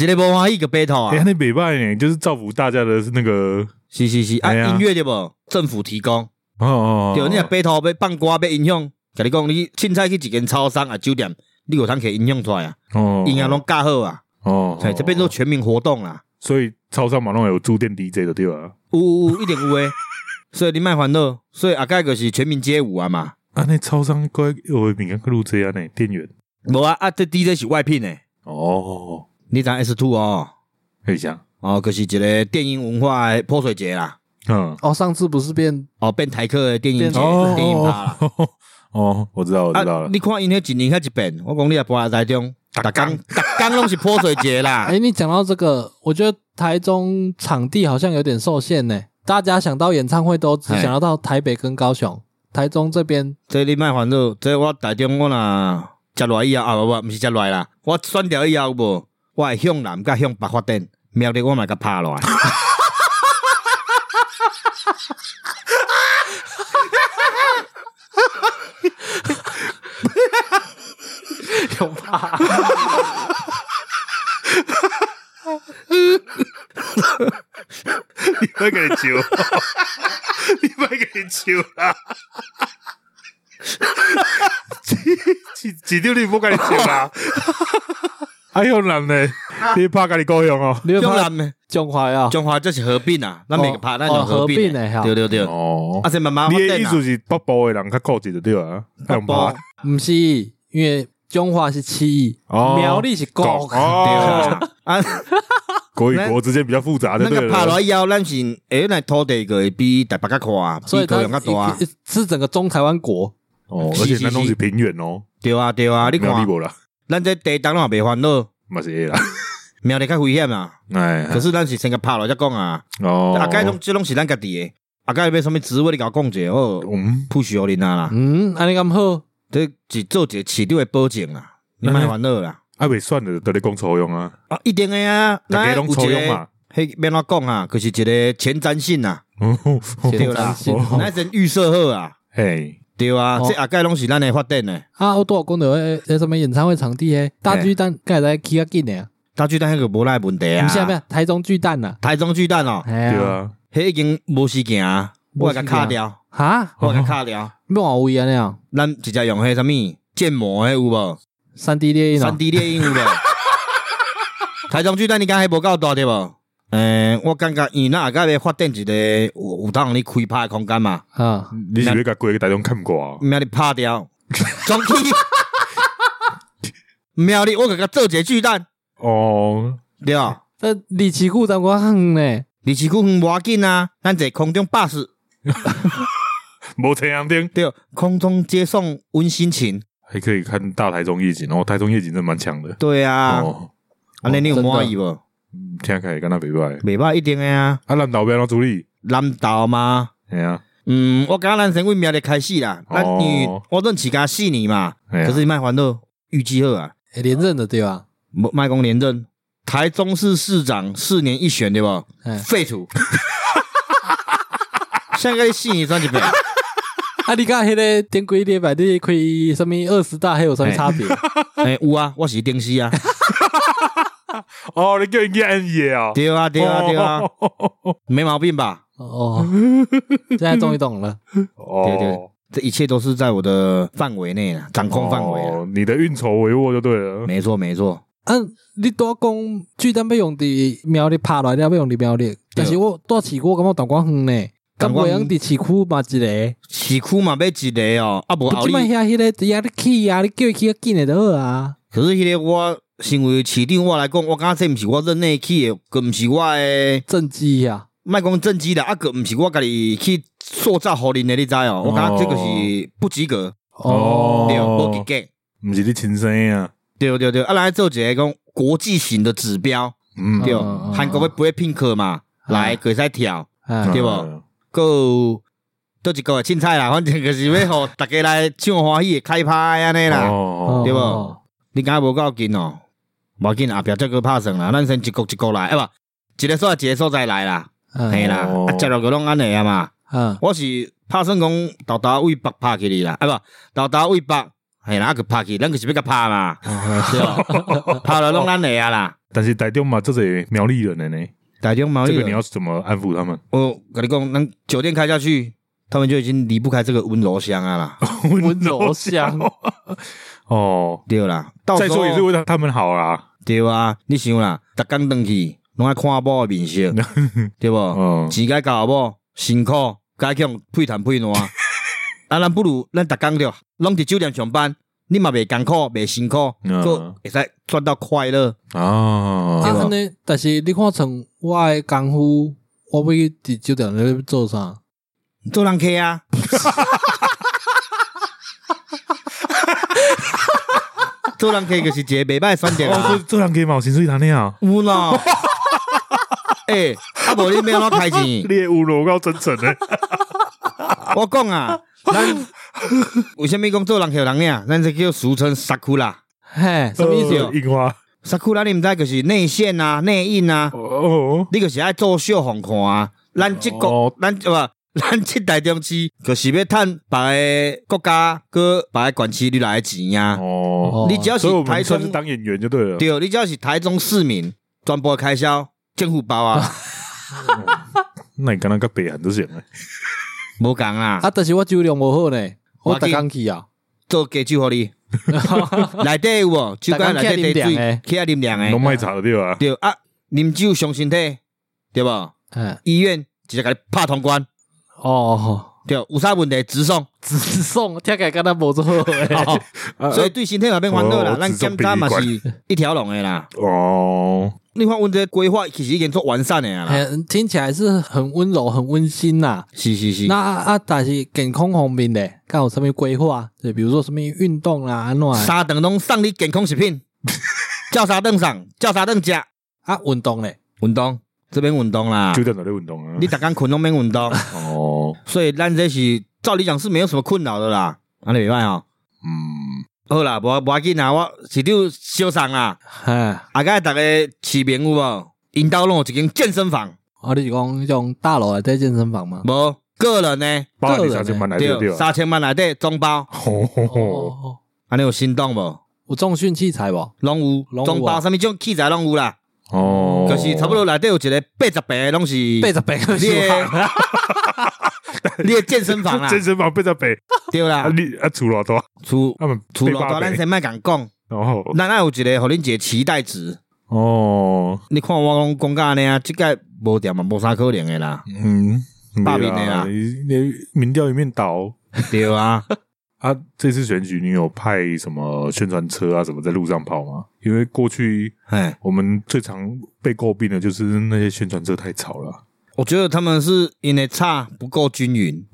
Speaker 3: 一个无欢喜一个悲痛
Speaker 2: 哎，
Speaker 3: 啊
Speaker 2: 安。尼袂歹呢，就是造福大家的那个
Speaker 3: 是是是，啊，
Speaker 2: 哎呀
Speaker 3: 音乐对不？政府提供，
Speaker 2: 哦哦，哦
Speaker 3: 对，你若悲痛被放歌被影响，甲你讲，你凊彩去一间超商啊酒店，你有通去影响出来啊，
Speaker 2: 哦
Speaker 3: 音乐拢教好啊，
Speaker 2: 哦，
Speaker 3: 哎，这变做全民活动啦，
Speaker 2: 所以超商嘛拢有驻店 DJ 的对啊。
Speaker 3: 有有有一定有诶。所以你卖烦恼，所以啊，盖就是全民皆舞啊嘛。
Speaker 2: 安尼超商乖，有的物件去录这样呢，店员
Speaker 3: 无啊啊，这 DJ 是外聘诶，
Speaker 2: 哦，
Speaker 3: 你知 S Two 哦，
Speaker 2: 可以想，
Speaker 3: 哦，就是一个电影文化的泼水节啦，
Speaker 2: 嗯，
Speaker 1: 哦，上次不是变
Speaker 3: 哦，变台客的电影节、
Speaker 1: 变哦
Speaker 3: 电影趴啦。
Speaker 2: 哦，哦，我知道，我知道
Speaker 3: 啊
Speaker 2: 了，，
Speaker 3: 你看因迄一年遐一遍，我讲你也播下台中，逐工逐工拢是泼水节啦
Speaker 1: 哎、。你讲到这个，我觉得台中场地好像有点受限呢。大家想到演唱会都只
Speaker 3: 哎
Speaker 1: 想要到台北跟高雄，台中这边
Speaker 3: 这你莫烦恼，这我台中我若食落以后啊，无无，毋是食落啦，我选掉以后无，我会向南甲向北发展，明日我嘛甲 拍落来。
Speaker 1: 有吧？
Speaker 2: 你不要给你揪，你不要给你揪啊！几几丢你不给你哎揪啊！还有男的，你怕跟你高雄哦？
Speaker 1: 你会
Speaker 3: 向
Speaker 1: 怕
Speaker 3: 南的
Speaker 1: 中华呀？
Speaker 3: 中华这是合并啊，咱每个拍咱就
Speaker 1: 哦
Speaker 3: 合并
Speaker 1: 合并的
Speaker 3: 的，
Speaker 1: 哈
Speaker 3: 对对对。
Speaker 2: 哦
Speaker 3: 啊，，这慢慢发
Speaker 2: 你
Speaker 3: 展
Speaker 2: 的意
Speaker 3: 啊
Speaker 2: 思是北部的人较固执就对啊，北
Speaker 3: 北部
Speaker 1: 不是，因为中华是七亿，
Speaker 3: 哦
Speaker 1: 苗栗是
Speaker 2: 狗
Speaker 1: 高，
Speaker 2: 哦，
Speaker 3: 啊，
Speaker 2: 国与国之间比较复杂的，
Speaker 3: 那
Speaker 2: 啊对
Speaker 3: 个
Speaker 2: 了
Speaker 3: 拍落腰，咱是诶，咱土地个比台北较宽啊，
Speaker 1: 所
Speaker 3: 比
Speaker 1: 以
Speaker 3: 高
Speaker 1: 它
Speaker 3: 雄较大啊
Speaker 1: 一，一是整个中台湾国。
Speaker 2: 哦，
Speaker 3: 是
Speaker 2: 而且
Speaker 3: 是
Speaker 2: 那东西
Speaker 3: 是
Speaker 2: 平原哦，
Speaker 3: 对啊对啊，你
Speaker 2: 苗栗
Speaker 3: 看，
Speaker 2: 无啦，
Speaker 3: 咱这地当然也袂烦恼，
Speaker 2: 嘛是会啦，
Speaker 3: 苗栗较危险啊，
Speaker 2: 哎，
Speaker 1: 嗯
Speaker 3: 可是咱是先甲拍落才讲啊，
Speaker 2: 哦，
Speaker 3: 啊，该拢这拢是咱家己诶，啊，该要什么职位你甲我讲者好，
Speaker 2: 嗯，
Speaker 3: 不需要恁啊啦，
Speaker 1: 嗯，安尼咁好，
Speaker 3: 这是做一个市长诶保证啊，你
Speaker 1: 嗯
Speaker 3: 莫烦恼啦，
Speaker 2: 啊，未算的，都咧讲抽佣啊，
Speaker 3: 啊，一定诶啊，
Speaker 2: 大
Speaker 3: 咱
Speaker 2: 家
Speaker 3: 有
Speaker 2: 拢
Speaker 3: 一
Speaker 2: 抽佣
Speaker 3: 个
Speaker 2: 嘛，
Speaker 3: 迄免怎讲啊，就是一个前瞻性啊，
Speaker 2: 哦，
Speaker 3: 对
Speaker 1: 前
Speaker 3: 啦
Speaker 1: 瞻性
Speaker 2: 哦
Speaker 3: 咱先预设好啊，
Speaker 2: 嘿，
Speaker 3: 对啊，
Speaker 1: 哦
Speaker 3: 这啊，该拢是咱诶发展诶。
Speaker 1: 啊，我多少讲到诶，诶什么演唱会场地诶，大巨蛋盖在起较紧诶，
Speaker 3: 大巨蛋迄个无赖问题
Speaker 1: 不
Speaker 3: 啊，
Speaker 1: 是啊，不是台中巨蛋呐，
Speaker 3: 台中巨蛋哦，
Speaker 1: 哎
Speaker 2: 对
Speaker 1: 呀，
Speaker 2: 啊，
Speaker 3: 迄已经无时间啊，我甲
Speaker 1: 无时间哦
Speaker 3: 卡掉，
Speaker 1: 哈，
Speaker 3: 我甲卡掉，
Speaker 1: 要往位安尼啊，
Speaker 3: 咱直接用迄啥物建模迄有无？
Speaker 1: 三 D 列印
Speaker 3: 三
Speaker 1: 啊，
Speaker 3: D 猎 鹰有无？台中巨蛋你敢迄无够大对无？诶，我感觉伊那甲要发展一个有有当你开拍的空间嘛，
Speaker 1: 啊，
Speaker 2: 你是要甲规个台中看过啊？
Speaker 3: 明仔日拍 掉，总去。 明仔日我甲甲做一个巨蛋，
Speaker 2: 哦，
Speaker 3: 对吧？
Speaker 1: 这离旗鼓站我远呢，
Speaker 3: 离市区远无要紧啊，咱坐空中巴士，
Speaker 2: 无太阳灯，
Speaker 3: 对，空中接送温馨情。
Speaker 2: 还可以看大台中夜景，哦，台中夜景真的蛮强的，
Speaker 3: 对啊，
Speaker 2: 哦，
Speaker 3: 安尼你有
Speaker 1: 真的
Speaker 3: 满意无？
Speaker 2: 嗯听起来敢若袂歹，
Speaker 3: 袂歹一定的啊，
Speaker 2: 啊，咱老要安怎处理？
Speaker 3: 难道吗？
Speaker 2: 哎呀，
Speaker 3: 嗯，我感觉咱先为明日开始啦，咱
Speaker 2: 哦
Speaker 3: 你我认识甲四年嘛，
Speaker 2: 哎呀
Speaker 3: 可是你卖烦恼，预计好啊，
Speaker 1: 会连任的对吧？
Speaker 3: 莫卖讲连任，台中市市长四年一选对不？
Speaker 1: 哎，
Speaker 3: 废土，下个四年选 一遍，
Speaker 1: 啊，你讲迄个顶几礼拜你开什么二十大，还有什么差 别？
Speaker 3: 哎，有啊，我是定西啊，
Speaker 2: 哦，你叫人家安夜啊？
Speaker 3: 对啊，对啊，对啊，没毛病吧？
Speaker 1: 哦，现在终于懂了。
Speaker 3: 对对
Speaker 2: 哦，
Speaker 3: 这一切都是在我的范围内啊，掌控范围啊，嗯
Speaker 2: 哦，你的运筹帷幄就对了。
Speaker 3: 没错没错，
Speaker 1: 啊，你多讲巨蛋被用伫苗栗拍落来，了被用伫苗栗，但是我多市区我感觉淡光远呢，
Speaker 3: 淡
Speaker 1: 敢
Speaker 3: 光
Speaker 1: 袂
Speaker 3: 远
Speaker 1: 用伫市区嘛一个。
Speaker 3: 市区嘛要一个哦，啊无后
Speaker 1: 即摆
Speaker 3: 你。
Speaker 1: 遐迄个伫遐咧去啊，你叫伊去较紧诶就好啊。
Speaker 3: 可是迄个我身为市长，我来讲，我感觉这毋是我任内去的，佮毋是我的，
Speaker 1: 政绩啊，
Speaker 3: 莫讲政绩啦，啊佮毋是我家己去塑造互恁的，你知哦？我感觉这个是不及格，
Speaker 2: 哦
Speaker 3: 对，无及格，
Speaker 2: 毋是你亲生的啊，
Speaker 3: 对对对。啊，来做一个讲国际型的指标，
Speaker 2: 嗯，
Speaker 3: 对，
Speaker 1: 嗯嗯
Speaker 3: 韩国要不会 pink 嘛，
Speaker 1: 嗯
Speaker 3: 来佮使跳，
Speaker 1: 哎
Speaker 2: 嗯
Speaker 3: 对吧？有倒一个凊彩啦，反正就是要互大家来唱欢喜的开拍安尼啦。
Speaker 2: 哦，
Speaker 3: 对不
Speaker 1: 哦
Speaker 3: 你敢无够紧哦，无要紧，后壁再个拍算啦，咱先一个一个来，哎不，一个所在一个所在来啦，嘿
Speaker 1: 嗯
Speaker 3: 啦，
Speaker 2: 哦
Speaker 3: 啊，接落去拢安尼啊嘛。
Speaker 1: 嗯，
Speaker 3: 我是拍算讲豆豆位北拍起你啦，哎不，豆豆位北，嘿啦，个拍起，咱就是要甲 拍嘛，对吧？拍了拢安尼啊啦。
Speaker 2: 但是台中嘛，这是苗栗人的呢，
Speaker 3: 大中毛
Speaker 2: 这
Speaker 3: 利
Speaker 2: 个你
Speaker 3: 人，
Speaker 2: 要怎么安抚他们？
Speaker 3: 哦我跟你讲，咱酒店开下去，他们就已经离不开这个温柔乡啊 啦，
Speaker 1: 温柔乡
Speaker 2: 哦，
Speaker 3: 对啦。到
Speaker 2: 再
Speaker 3: 时
Speaker 2: 说也是
Speaker 3: 候
Speaker 2: 为了他们好啦，
Speaker 3: 对啊，你想啦，逐工登去，拢爱看阿某的面色，对不？
Speaker 2: 嗯，
Speaker 3: 钱该交无辛苦，该向配谈配烂。 啊，咱不如咱逐工着，拢伫酒店上班，你嘛袂艰苦，袂辛苦，
Speaker 2: 嗯
Speaker 3: 个会使赚到快乐。
Speaker 1: 啊，
Speaker 2: 哦，
Speaker 1: 安尼，但是你看从我诶功夫，我要去伫酒店咧做啥？
Speaker 3: 做人客 啊，做人客就是一个袂歹的选择
Speaker 2: 哦，这
Speaker 3: 啊。
Speaker 2: 这两个毛薪水谈恋爱，
Speaker 3: 有啦，诶、啊无你要安怎开钱？
Speaker 2: 猎物我够真诚欸 的，
Speaker 3: 我讲啊， 咱为什么讲做人客有人领？咱这叫俗称杀苦啦，
Speaker 1: 嘿，什么意思？
Speaker 2: 呃樱花，
Speaker 3: 杀苦啦，你毋知就是内线啊、内应啊。
Speaker 2: 哦，
Speaker 3: 你就是爱做秀互看啊。咱即国
Speaker 2: 哦，
Speaker 3: 咱啊不， 咱即台中市，就是要趁别个国家搁别个县市里来的钱啊。
Speaker 2: 哦，
Speaker 1: 哦
Speaker 3: 你只要是
Speaker 2: 所以我
Speaker 3: 台
Speaker 2: 们算是
Speaker 3: 中，
Speaker 2: 当演员就对了，
Speaker 3: 对，你只要是台中市民，全部的开销政府包 啊，
Speaker 2: 那你刚刚跟北韩都行了，
Speaker 3: 无共啊
Speaker 1: 啊，，但是我酒量无好呢，我逐工去啊。
Speaker 3: 做加酒 互你。内底有无？酒馆
Speaker 1: 大
Speaker 3: 内底茶
Speaker 1: 家起来喝凉
Speaker 3: 水
Speaker 1: 的，
Speaker 3: 起来啉凉
Speaker 2: 拢
Speaker 3: 诶。
Speaker 2: 卖茶的对吧？
Speaker 3: 哎对啊，啉酒伤身体，对无？
Speaker 1: 嗯，
Speaker 3: 医院直接甲你拍通关，
Speaker 1: 哦，
Speaker 3: 对，有啥问题 直送，
Speaker 1: 直送，听起来跟他无做伙的。
Speaker 3: 哦所以对身体嘛变烦恼啦
Speaker 2: 啊哦，
Speaker 3: 咱
Speaker 2: 直送
Speaker 3: 检查嘛
Speaker 2: 殡仪
Speaker 3: 是一条龙的啦。
Speaker 2: 哦，
Speaker 3: 你看，阮这规划其实已经做完善的啊啦，
Speaker 1: 很听起来是很温柔、很温馨呐、
Speaker 3: 是是是
Speaker 1: 那，啊，但是健康方面嘞，看有什么规划？对，比如说什么运动啦、安怎
Speaker 2: 哎
Speaker 1: 的
Speaker 3: 三顿拢送你健康 食品，叫啥顿送，叫啥顿食，
Speaker 1: 啊，运动嘞，
Speaker 3: 运动这边运动啦
Speaker 2: 九，点都在运动啊
Speaker 3: 你。逐工困拢免 运动，
Speaker 2: 哦，
Speaker 3: 所以咱这是照理讲是没有什么困扰的啦，安尼袂歹哦。
Speaker 2: 嗯，
Speaker 3: 好啦，无无要紧啦，我是你小送啦，
Speaker 1: 哈、啊，
Speaker 3: 啊，甲逐个市民有无？因兜拢有一间健身房，
Speaker 1: 你是讲那种大楼的在健身房吗？
Speaker 3: 无个人呢？
Speaker 2: 包含你啥就蛮来哎对不对啊？
Speaker 3: 三千万内底总包，
Speaker 2: 吼吼吼，
Speaker 1: 哦，
Speaker 3: 安尼有心动无？
Speaker 1: 有重训器材不？
Speaker 3: 拢
Speaker 1: 拢有
Speaker 3: 有，
Speaker 1: 啊
Speaker 3: 总包啥物种器材拢有啦，
Speaker 2: 哦，
Speaker 3: 可是差不多内底有一个八十平的拢是你
Speaker 1: 八十八个
Speaker 3: 的
Speaker 1: 小 孩，
Speaker 3: 你的健身 房啦，
Speaker 2: 健身房被在北
Speaker 3: 对
Speaker 2: 啊，
Speaker 3: 啦，
Speaker 2: 你啊出偌多，
Speaker 3: 除
Speaker 2: 他们
Speaker 3: 除
Speaker 2: 被
Speaker 3: 了
Speaker 2: 八
Speaker 3: 大咱
Speaker 2: 北，哦
Speaker 3: 先莫共讲，
Speaker 2: 然后
Speaker 3: 咱爱有一个互恁一个期待值，
Speaker 2: 哦，
Speaker 3: 你看我拢讲到安尼啊，即个无点嘛，无啥可能 的啦，
Speaker 2: 嗯，
Speaker 3: 罢免
Speaker 2: 没
Speaker 3: 的啦
Speaker 2: 你你民调一面倒
Speaker 3: 对啊，
Speaker 2: 啊！这次选举你有派什么宣传车啊什么在路上跑吗？因为过去
Speaker 3: 哎，
Speaker 2: 我们最常被诟病的就是那些宣传车太吵了，
Speaker 3: 我觉得他们是因为差不够均匀，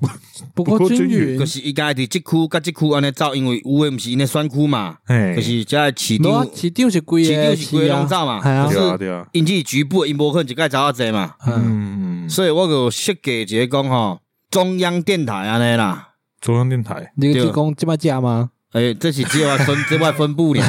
Speaker 1: 不过
Speaker 2: 不过
Speaker 1: 均
Speaker 2: 均匀
Speaker 1: 匀
Speaker 3: 就。是伊家伫即区甲即区安尼走，因为有诶毋是因诶选区嘛，
Speaker 2: 哎
Speaker 3: 就，是遮市
Speaker 1: 没有啊
Speaker 3: 场，
Speaker 1: 市场是规个，
Speaker 3: 市场是规个拢走嘛
Speaker 1: 系啊
Speaker 3: 就
Speaker 2: 对
Speaker 3: 是
Speaker 2: 啊对啊，
Speaker 3: 因即局部的因无可能一概走啊济嘛，
Speaker 1: 嗯，
Speaker 2: 嗯，
Speaker 3: 所以我就设计一个讲吼，中央电台安尼啦，
Speaker 2: 中央电台
Speaker 1: 你
Speaker 3: 对
Speaker 1: 是讲即摆食吗？
Speaker 3: 诶、这是只有 我分这我的分部里，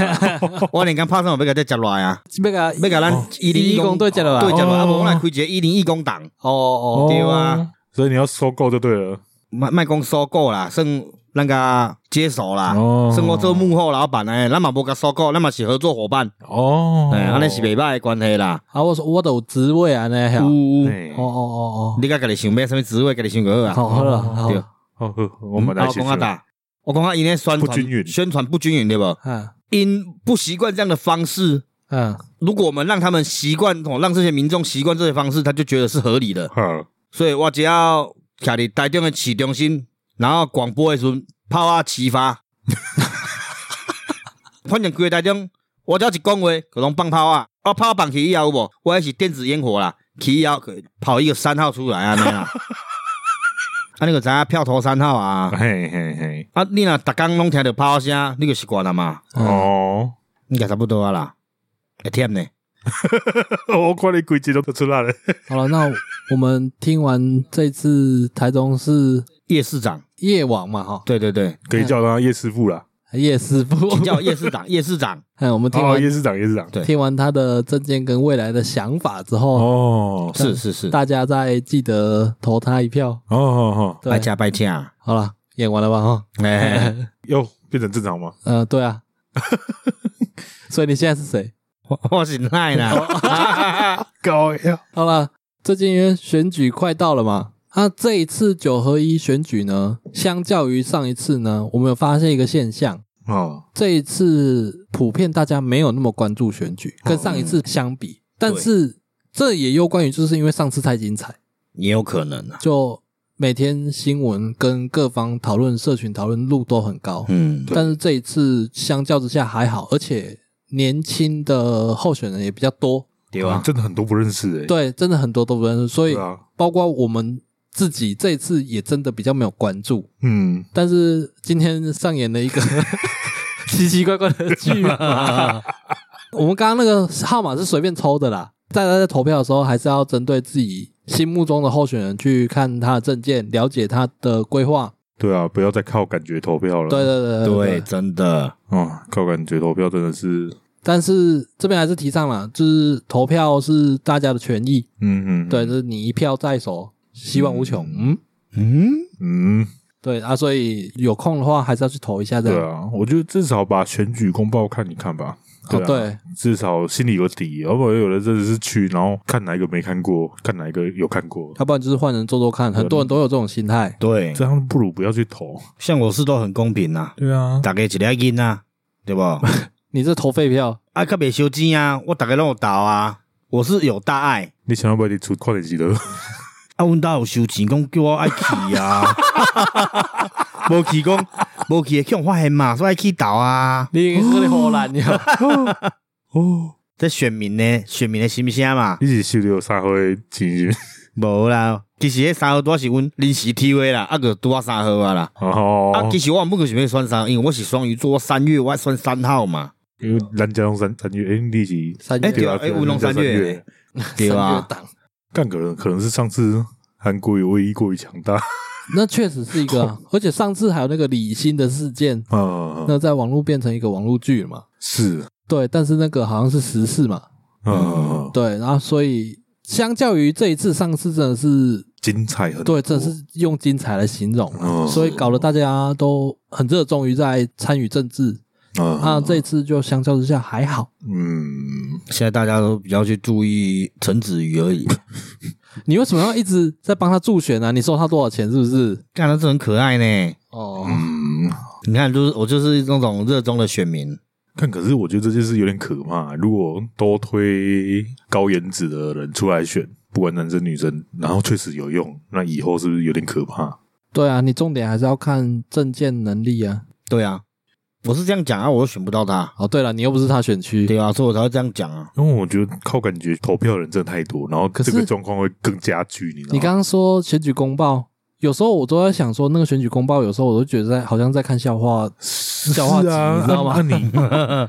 Speaker 3: 我连刚拍算我要甲这接落来啊，
Speaker 1: 要甲
Speaker 3: 要甲咱一零
Speaker 1: 哦一公对接落来
Speaker 3: 对接落来，
Speaker 2: 哦
Speaker 3: 啊无我来开一个一零一公档，
Speaker 1: 哦哦，
Speaker 3: 对啊，
Speaker 2: 所以你要收购就对了
Speaker 3: 卖卖讲收购啦，算咱甲接手啦，
Speaker 2: 哦
Speaker 3: 算我做幕后老板诶，咱嘛无甲收购，咱嘛是合作伙伴，
Speaker 2: 哦
Speaker 3: 诶、哎安尼是袂歹的关系啦，
Speaker 1: 啊，我说我都有职位安尼吓，
Speaker 3: 有
Speaker 1: 哦
Speaker 3: 有，
Speaker 2: 哎
Speaker 1: 哦哦
Speaker 3: 你甲家己想买什么职位，家己想就
Speaker 1: 哦，
Speaker 3: 好
Speaker 1: 好
Speaker 3: 啊，
Speaker 1: 好了，好
Speaker 3: 对，
Speaker 2: 哦，呵我们来
Speaker 3: 啊
Speaker 2: 一
Speaker 3: 我
Speaker 2: 起
Speaker 3: 讲啊
Speaker 2: 说
Speaker 3: 大，我讲啊，因咧宣传
Speaker 2: 不均匀
Speaker 3: 宣传不均匀对无？
Speaker 1: 嗯
Speaker 3: 因不习惯这样的方式。
Speaker 1: 嗯，
Speaker 3: 如果我们让他们习惯，哦，让这些民众习惯这些方式，他就觉得是合理的。
Speaker 2: 哈，
Speaker 3: 所以我只要徛伫台中的市中心，然后广播的时阵炮啊齐发， 反正规个台中，我只要一讲话，就拢放炮啊，我炮放起以后有无，我还是电子烟火啦，起以后就跑一个三号出来安尼啊， 啊你个知影票投三号啊，
Speaker 2: 嘿嘿嘿，
Speaker 3: 啊你若逐工拢听到炮声，你就习惯了嘛，
Speaker 1: 哦，
Speaker 2: 哦，
Speaker 3: 应该差不多啊啦，会忝呢。
Speaker 2: 我看你规矩都出
Speaker 3: 嗯
Speaker 2: 来了，
Speaker 1: 好了，那我们听完这次台中市
Speaker 3: 叶市长，
Speaker 1: 夜王嘛哈，
Speaker 3: 对对对，
Speaker 2: 可以叫他叶师傅啦，
Speaker 1: 叶师傅，
Speaker 3: 叫叶 市长，叶市长，
Speaker 1: 嗯，我们听
Speaker 2: 哦，
Speaker 1: 完
Speaker 2: 叶市长，叶市长，
Speaker 3: 对
Speaker 1: 听完他的证件跟未来的想法之后，
Speaker 2: 哦，
Speaker 3: 是是是，
Speaker 1: 大家再记得投他一票。
Speaker 2: 哦哦哦，
Speaker 3: 拜
Speaker 1: 对，
Speaker 3: 加拜加，
Speaker 1: 好了，演完了吧 哈？
Speaker 3: 哎，
Speaker 2: 又变成正常吗？
Speaker 1: 嗯，对啊。 所以你现在是谁？
Speaker 3: 我我是赖 啦，
Speaker 2: 高呀，
Speaker 1: 好了，最近因为选举快到了嘛，那、这一次九合一选举呢，相较于上一次呢，我们有发现一个现象，
Speaker 2: 哦，
Speaker 1: 这一次普遍大家没有那么关注选举，跟上一次相比，但是这也有关于就是因为上次太精彩，
Speaker 3: 也有可能啊，
Speaker 1: 就每天新闻跟各方讨论、社群讨论度都很高，
Speaker 3: 嗯，
Speaker 1: 但是这一次相较之下还好，而且年轻的候选人也比较多，
Speaker 3: 对啊，
Speaker 2: 真的很多不认识哎，
Speaker 1: 对，真的很多都不认识，所以
Speaker 2: 对啊，
Speaker 1: 包括我们自己这一次也真的比较没有关注，
Speaker 2: 嗯，
Speaker 1: 但是今天上演了一个奇奇怪怪的剧嘛。我们刚刚那个号码是随便抽的啦，大家在投票的时候还是要针对自己心目中的候选人去看他的证件，了解他的规划。
Speaker 2: 对啊，不要再靠感觉投票了，
Speaker 1: 对对对
Speaker 3: 对，真的，
Speaker 2: 哦，靠感觉投票真的是，
Speaker 1: 但是这边还是提倡了，就是投票是大家的权益，
Speaker 2: 嗯嗯，
Speaker 1: 对，就是你一票在手，希望无穷。
Speaker 2: 嗯
Speaker 1: 嗯，
Speaker 3: 嗯，
Speaker 2: 嗯，
Speaker 1: 对啊，所以有空的话还是要去投一下这
Speaker 2: 对
Speaker 1: 样。
Speaker 2: 啊，我觉得至少把选举公报看一看
Speaker 1: 哦
Speaker 2: 吧。啊，
Speaker 1: 对，
Speaker 2: 至少心里有底，要不然有的真的是去，然后看哪一个没看过，看哪一个有看过，
Speaker 1: 要不然就是换人做做看，很多人都有这种心态。
Speaker 3: 对，
Speaker 2: 这样不如不要去投。
Speaker 3: 像我是都很公平呐，
Speaker 2: 对啊，
Speaker 3: 大家一个囡啊，对 不？啊，
Speaker 1: 你这投废票，
Speaker 3: 较袂收钱啊，我大家拢有投啊，我是有大爱，
Speaker 2: 你想要不要你出快点记得？
Speaker 3: 啊，阮兜有收钱，讲叫我爱 去啊， 无去讲，无去会去互发现嘛，说爱去倒啊。
Speaker 1: 你喝的荷兰呀？
Speaker 2: 哦，
Speaker 3: 这选民呢，选民的心声嘛，
Speaker 2: 你是收到三回钱是不是？
Speaker 3: 无啦。其实迄三号拄仔是阮临时体会啦，啊个拄啊三号啊啦。
Speaker 2: 哦，
Speaker 3: 啊，其实我原本就是要选三，因为我是双鱼座，我三月我爱选三号嘛，
Speaker 2: 因为咱家用三三月，哎，你是
Speaker 1: 三
Speaker 3: 哎
Speaker 1: 月
Speaker 3: 对啊
Speaker 2: 啊，
Speaker 3: 哎乌龙
Speaker 2: 三
Speaker 3: 三月
Speaker 2: 月，
Speaker 1: 三
Speaker 3: 对啊
Speaker 1: 月
Speaker 3: 吧？
Speaker 1: 档，
Speaker 2: 干可能可能是上次韩国有威过于强 大
Speaker 1: 那确实是一个 啊，而且上次还有那个李欣的事件，
Speaker 2: 啊，
Speaker 1: 那在网络变成一个网络剧了嘛？
Speaker 2: 是
Speaker 1: 对，但是那个好像是时事嘛，
Speaker 3: 嗯
Speaker 2: 啊，
Speaker 1: 对，然后所以相较于这一次，上次真的是
Speaker 2: 精彩很多
Speaker 1: 对，真的是用精彩来形容啊，
Speaker 2: 嗯
Speaker 1: 所以搞得大家都很热衷于在参与政治。啊，
Speaker 2: 啊，
Speaker 1: 这一次就相较之下还好。
Speaker 2: 嗯，
Speaker 3: 现在大家都比较去注意陈子瑜 而已。
Speaker 1: 你为什么要一直在帮他助选呢、啊你收他多少钱是不是？
Speaker 3: 看他这很可爱呢，
Speaker 1: 哦，
Speaker 2: 嗯，
Speaker 3: 你看，就是我就是那种热衷的选民，
Speaker 2: 但可是我觉得这件事有点可怕。如果都推高颜值的人出来选，不管男生女生，然后确实有用，那以后是不是有点可怕？
Speaker 1: 对啊，你重点还是要看政见能力啊。
Speaker 3: 对啊，我是这样讲啊，我又选不到他，
Speaker 1: 哦，对了，你又不是他选区，
Speaker 3: 对啊，所以我才会这样讲啊。
Speaker 2: 因为我觉得靠感觉投票的人真的太多，然后
Speaker 1: 可
Speaker 2: 这
Speaker 1: 是
Speaker 2: 个状况会更加剧，你知道吗？
Speaker 1: 你刚刚说选举公报，有时候我都在想说，那个选举公报，有时候我都觉得在好像在看笑话。
Speaker 2: 笑
Speaker 1: 话集
Speaker 2: 啊，
Speaker 1: 你知道吗
Speaker 2: 那、那你，那啊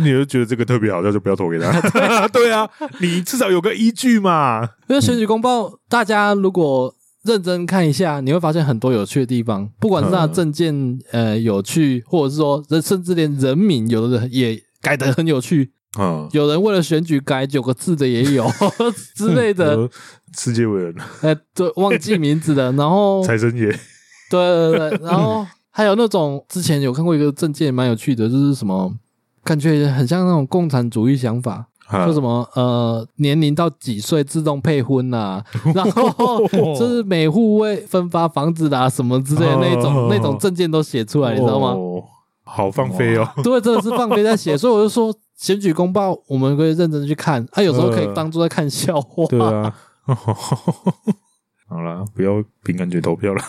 Speaker 2: 你就觉得这个特别好笑，就不要投给他。 对啊，你至少有个依据嘛。
Speaker 1: 因为选举公
Speaker 3: 嗯
Speaker 1: 报，大家如果认真看一下，你会发现很多有趣的地方，不管是
Speaker 3: 嗯
Speaker 1: 他的政见呃有趣，或者是说人甚至连人民有的人也改得很有趣，
Speaker 2: 嗯，
Speaker 1: 有人为了选举改九个字的也有 之类
Speaker 3: 嗯
Speaker 1: 的，
Speaker 2: 呃世界伟人
Speaker 1: 呃，对，忘记名字的，然后
Speaker 2: 财神爷，
Speaker 1: 对对对，然后还有那种之前有看过一个证件蛮有趣的，就是什么感觉很像那种共产主义想法，说什
Speaker 2: 么？
Speaker 1: 么呃年龄到几岁自动配婚 呐、然后就是每户为分发房子啦、什么之类的那一种
Speaker 2: 哦
Speaker 1: 那种证件都写出来，你知道吗？
Speaker 2: 哦？好放飞哦，
Speaker 1: 对，真的是放飞在 写，所以我就说选举公报我们可以认真去看，啊，有时候可以当做在看笑话，
Speaker 2: 嗯对啊。 好啦，不要凭感觉投票了，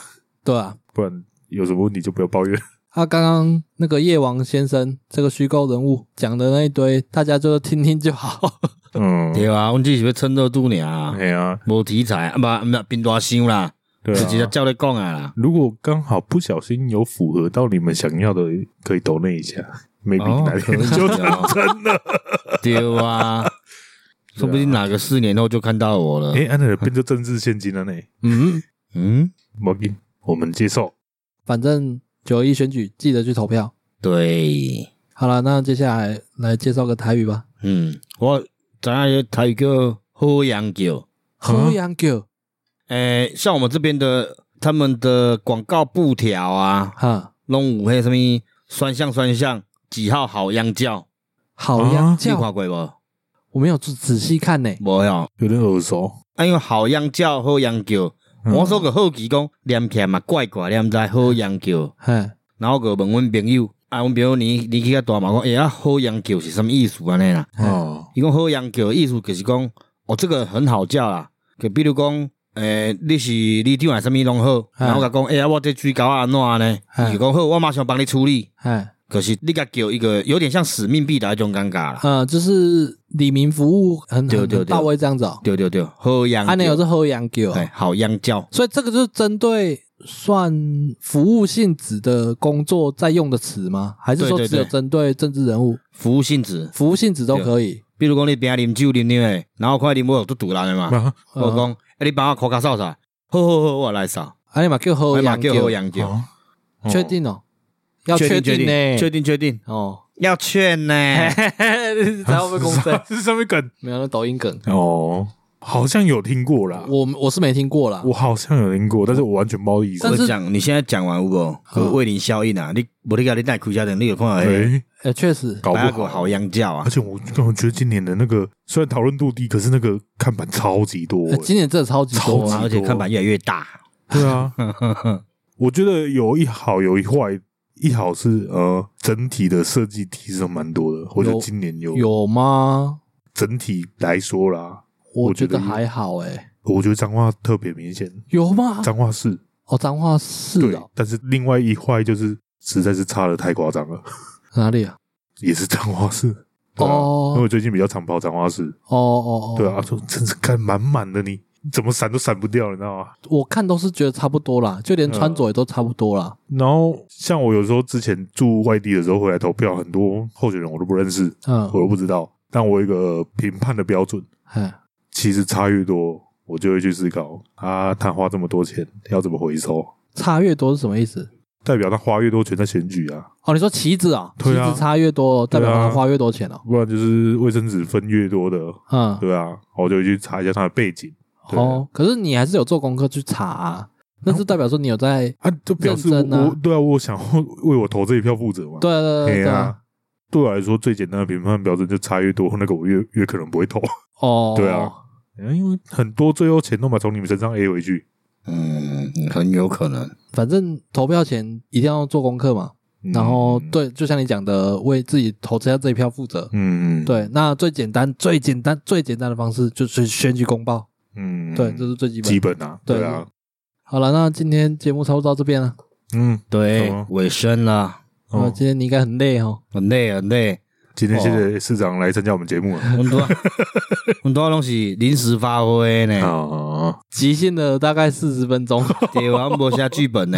Speaker 1: 对啊。
Speaker 2: 不然有什么问题就不要抱怨。
Speaker 1: 他刚刚那个夜王先生这个虚构人物讲的那一堆，大家就听听就好。
Speaker 2: 嗯，
Speaker 3: 对啊，阮只是要趁热度尔啊，
Speaker 2: 对啊，
Speaker 3: 无题材啊，不不，变大箱啦，
Speaker 2: 对
Speaker 3: 直接
Speaker 2: 啊。
Speaker 3: 照咧讲啊啦。
Speaker 2: 如果刚好不小心有符合到你们想要的，可以投那一下，maybe
Speaker 3: 哦
Speaker 2: 哪
Speaker 3: 可
Speaker 2: 天
Speaker 3: 以
Speaker 2: 就
Speaker 3: 哦
Speaker 2: 成真了。
Speaker 3: 对啊，说不定哪个四年后就看到我了。
Speaker 2: 哎，安德变成政治现金了呢。
Speaker 1: 嗯，
Speaker 3: 嗯，
Speaker 2: 毛巾，我们接受。
Speaker 1: 反正九一选举记得去投票。
Speaker 3: 对，
Speaker 1: 好了，那接下来来介绍个台语吧。
Speaker 3: 嗯，我知影有台语叫好洋酒，
Speaker 1: 好洋狗
Speaker 3: 诶、像我们这边的他们的广告布条啊，
Speaker 1: 哈，
Speaker 3: 拢有迄什么酸象酸象几号好洋教，
Speaker 1: 好洋
Speaker 3: 啊你
Speaker 1: 叫，
Speaker 3: 看过无？
Speaker 1: 我没有仔仔细看呢。
Speaker 3: 无哟，
Speaker 2: 有点耳熟。
Speaker 3: 啊，因为好洋教好洋叫，
Speaker 2: 嗯
Speaker 3: 我说个好奇讲念起来嘛怪怪，念知好洋叫，
Speaker 1: 嘿，
Speaker 3: 然后个问阮朋友，啊，阮朋友年年纪较大嘛，讲哎呀好洋叫是什么意思安尼啦？
Speaker 1: 嗯
Speaker 2: 哦，
Speaker 3: 伊讲好洋叫的意思就是讲，哦，这个很好叫啦。就比如讲，诶、你是你长还是啥物拢好，
Speaker 1: 嗯
Speaker 3: 然后甲讲，哎、呀，我这水沟啊安怎呢？
Speaker 1: 嗯
Speaker 3: 伊就讲好，我马上帮你处理。
Speaker 1: 嘿，
Speaker 3: 可是你甲叫一个有点像使命必达那种尴尬啦。
Speaker 1: 呃，就是李明服务很
Speaker 3: 对
Speaker 1: 很
Speaker 3: 对
Speaker 1: 很到位这样子哦。
Speaker 3: 对对对，好洋
Speaker 1: 啊，那有
Speaker 3: 叫，
Speaker 1: 是好洋狗，
Speaker 3: 哎，好洋叫，
Speaker 1: 所以这个就是针对算服务性质的工作在用的词吗？还是说
Speaker 3: 对对
Speaker 1: 只有
Speaker 3: 对
Speaker 1: 针对政治人物？
Speaker 3: 服务性质。
Speaker 1: 服务性质都可以。
Speaker 3: 比如讲你边啉酒啉啉诶，然后看啉我有都堵人诶嘛，
Speaker 2: 啊，，
Speaker 3: 我讲，哎，你帮我口甲扫扫，好好好，我来扫，
Speaker 1: 哎呀妈，叫
Speaker 3: 我
Speaker 1: 喝
Speaker 3: 嘛
Speaker 1: 洋
Speaker 3: 叫好
Speaker 1: 酒，
Speaker 3: 洋叫，
Speaker 1: 确定哦，要
Speaker 3: 确
Speaker 1: 定呢，
Speaker 3: 确定确定，
Speaker 1: 哦，
Speaker 3: 要劝呢，
Speaker 1: 才要被公正
Speaker 2: 啊是上面 梗
Speaker 1: 没有那抖音梗，
Speaker 2: 哦，好像有听过啦，
Speaker 1: 我我是没听过啦
Speaker 2: 我。好像有听过，但是我完全不好意思
Speaker 1: 但。
Speaker 3: 我
Speaker 1: 是
Speaker 3: 讲，你现在讲完有无？有为你效应啊！你无你甲你带开家人，你有看到迄
Speaker 2: 哎，
Speaker 1: 呃，确实，
Speaker 2: 搞
Speaker 3: 白
Speaker 2: 不
Speaker 3: 个
Speaker 2: 好。
Speaker 3: 好洋教啊
Speaker 2: 而！且我我觉得今年的那个虽然讨论度低，可是那个看板超级多
Speaker 1: 呃。今年真的超级多
Speaker 2: 超
Speaker 1: 啊
Speaker 2: 级
Speaker 3: 而且看板越来越大，
Speaker 2: 对 啊，我觉得有一好有一坏。一好是呃，整体的设计提升蛮多的，我觉得
Speaker 1: 有
Speaker 2: 今年有
Speaker 1: 有吗？
Speaker 2: 整体来说啦，
Speaker 1: 我
Speaker 2: 我觉
Speaker 1: 觉
Speaker 2: 得
Speaker 1: 得还好哎，
Speaker 2: 我觉得脏话特别明显，
Speaker 1: 有吗？
Speaker 2: 脏话是
Speaker 1: 哦，脏话是
Speaker 2: 对
Speaker 1: 哦，，
Speaker 2: 但是另外一块就是实在是差的太夸张了，
Speaker 1: 哪里啊？
Speaker 2: 也是脏话是。对啊
Speaker 1: 哦
Speaker 2: 因为我最近比较常跑脏话是，
Speaker 1: 哦哦哦，
Speaker 2: 对啊，说真是干满满的你，怎么闪都闪不掉，你知道吗？
Speaker 1: 我看都是觉得差不多啦，就连穿着也都差不多啦。
Speaker 2: 然后像我有时候之前住外地的时候回来投票，很多候选人我都不认识，
Speaker 1: 嗯，
Speaker 2: 我都不知道。但我有一个评判的标准，
Speaker 1: 哎，
Speaker 2: 其实差越多，我就会去思考啊，他花这么多钱要怎么回收，
Speaker 1: 差越多是什么意思？
Speaker 2: 代表他花越多钱在选举啊，
Speaker 1: 哦，你说旗子啊，旗
Speaker 2: 对啊
Speaker 1: 子差越多，代表
Speaker 2: 对啊
Speaker 1: 他花越多钱哦。
Speaker 2: 不然就是卫生纸分越多的，
Speaker 1: 嗯，
Speaker 2: 对啊，我就会去查一下他的背景对
Speaker 1: 哦，可是你还是有做功课去查啊，那是代表说你有在。
Speaker 2: 啊，就表示我、
Speaker 1: 认真啊
Speaker 2: 我对啊，我想要为我投这一票负责嘛，
Speaker 1: 对对对
Speaker 2: 嘿
Speaker 1: 对对啊，
Speaker 2: 啊。对我来说，最简单的评判标准就差越多，那个我越越可能不会投，
Speaker 1: 哦，
Speaker 2: 对啊，因为很多最后钱都把从你们身上 A 回去。
Speaker 3: 嗯，很有可能。
Speaker 1: 反正投票前一定要做功课嘛。
Speaker 2: 嗯
Speaker 1: 然后，对，就像你讲的，为自己投下这一票负责。
Speaker 2: 嗯，，
Speaker 1: 对，那最简单、最简单、最简单的方式就是选举公报。
Speaker 2: 嗯，
Speaker 1: 对，这是最基本
Speaker 2: 基
Speaker 1: 的。
Speaker 2: 本啊，
Speaker 1: 对
Speaker 2: 对啊，
Speaker 1: 好了，那今天节目差不多到这边了。
Speaker 2: 嗯，
Speaker 3: 对
Speaker 2: 好啊，
Speaker 3: 尾声啦，
Speaker 1: 那
Speaker 2: 哦，
Speaker 1: 今哦天你应该很累哦。
Speaker 3: 很累很累，
Speaker 2: 今天谢谢市长来参加我们节 目了。
Speaker 3: 很多很多东西临时发挥呢，
Speaker 2: 啊，
Speaker 1: 即兴了大概四十分 钟，
Speaker 3: 对，我没下剧本呢，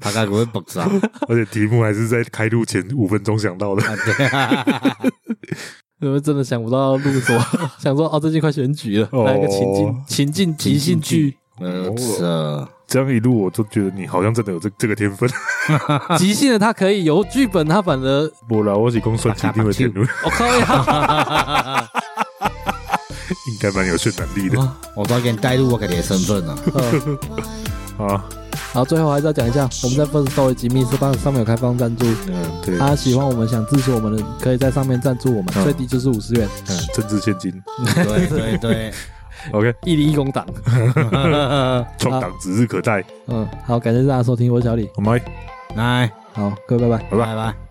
Speaker 3: 大概会爆炸。
Speaker 2: 而且题目还是在开录前五分钟想到的。
Speaker 3: 啊对啊，
Speaker 1: 因为真的想不到录什么， 想说哦，最近快选举了，
Speaker 2: 哦
Speaker 1: 来一个情境情境即兴剧，
Speaker 3: 呃，这
Speaker 2: 这样一路，我都觉得你好像真的有这这个天分。
Speaker 1: 即兴的他可以有剧本，他反而我
Speaker 2: 不啦，我是公算起定的天分，
Speaker 1: 靠呀，
Speaker 2: 应该蛮有渲染力的
Speaker 1: 啊
Speaker 3: 我抓紧带入我自己的身份了。
Speaker 1: 嗯
Speaker 2: 啊。
Speaker 1: 然后最后还是要讲一下，我们在 First Story 及 Mr. b o 上面有开放赞助，
Speaker 2: 嗯，对，
Speaker 1: 他喜欢我们想支持我们的，可以在上面赞助我们，
Speaker 2: 嗯
Speaker 1: 最低就是五十元，
Speaker 2: 嗯政治现金。
Speaker 3: 对对对，
Speaker 2: OK，
Speaker 1: 一零一公 党。
Speaker 2: 创党指日可待。
Speaker 1: 嗯，好，感谢大家收听，我是小李，
Speaker 2: 好，拜。
Speaker 3: 来，
Speaker 1: 好，各位拜拜。
Speaker 3: 拜拜。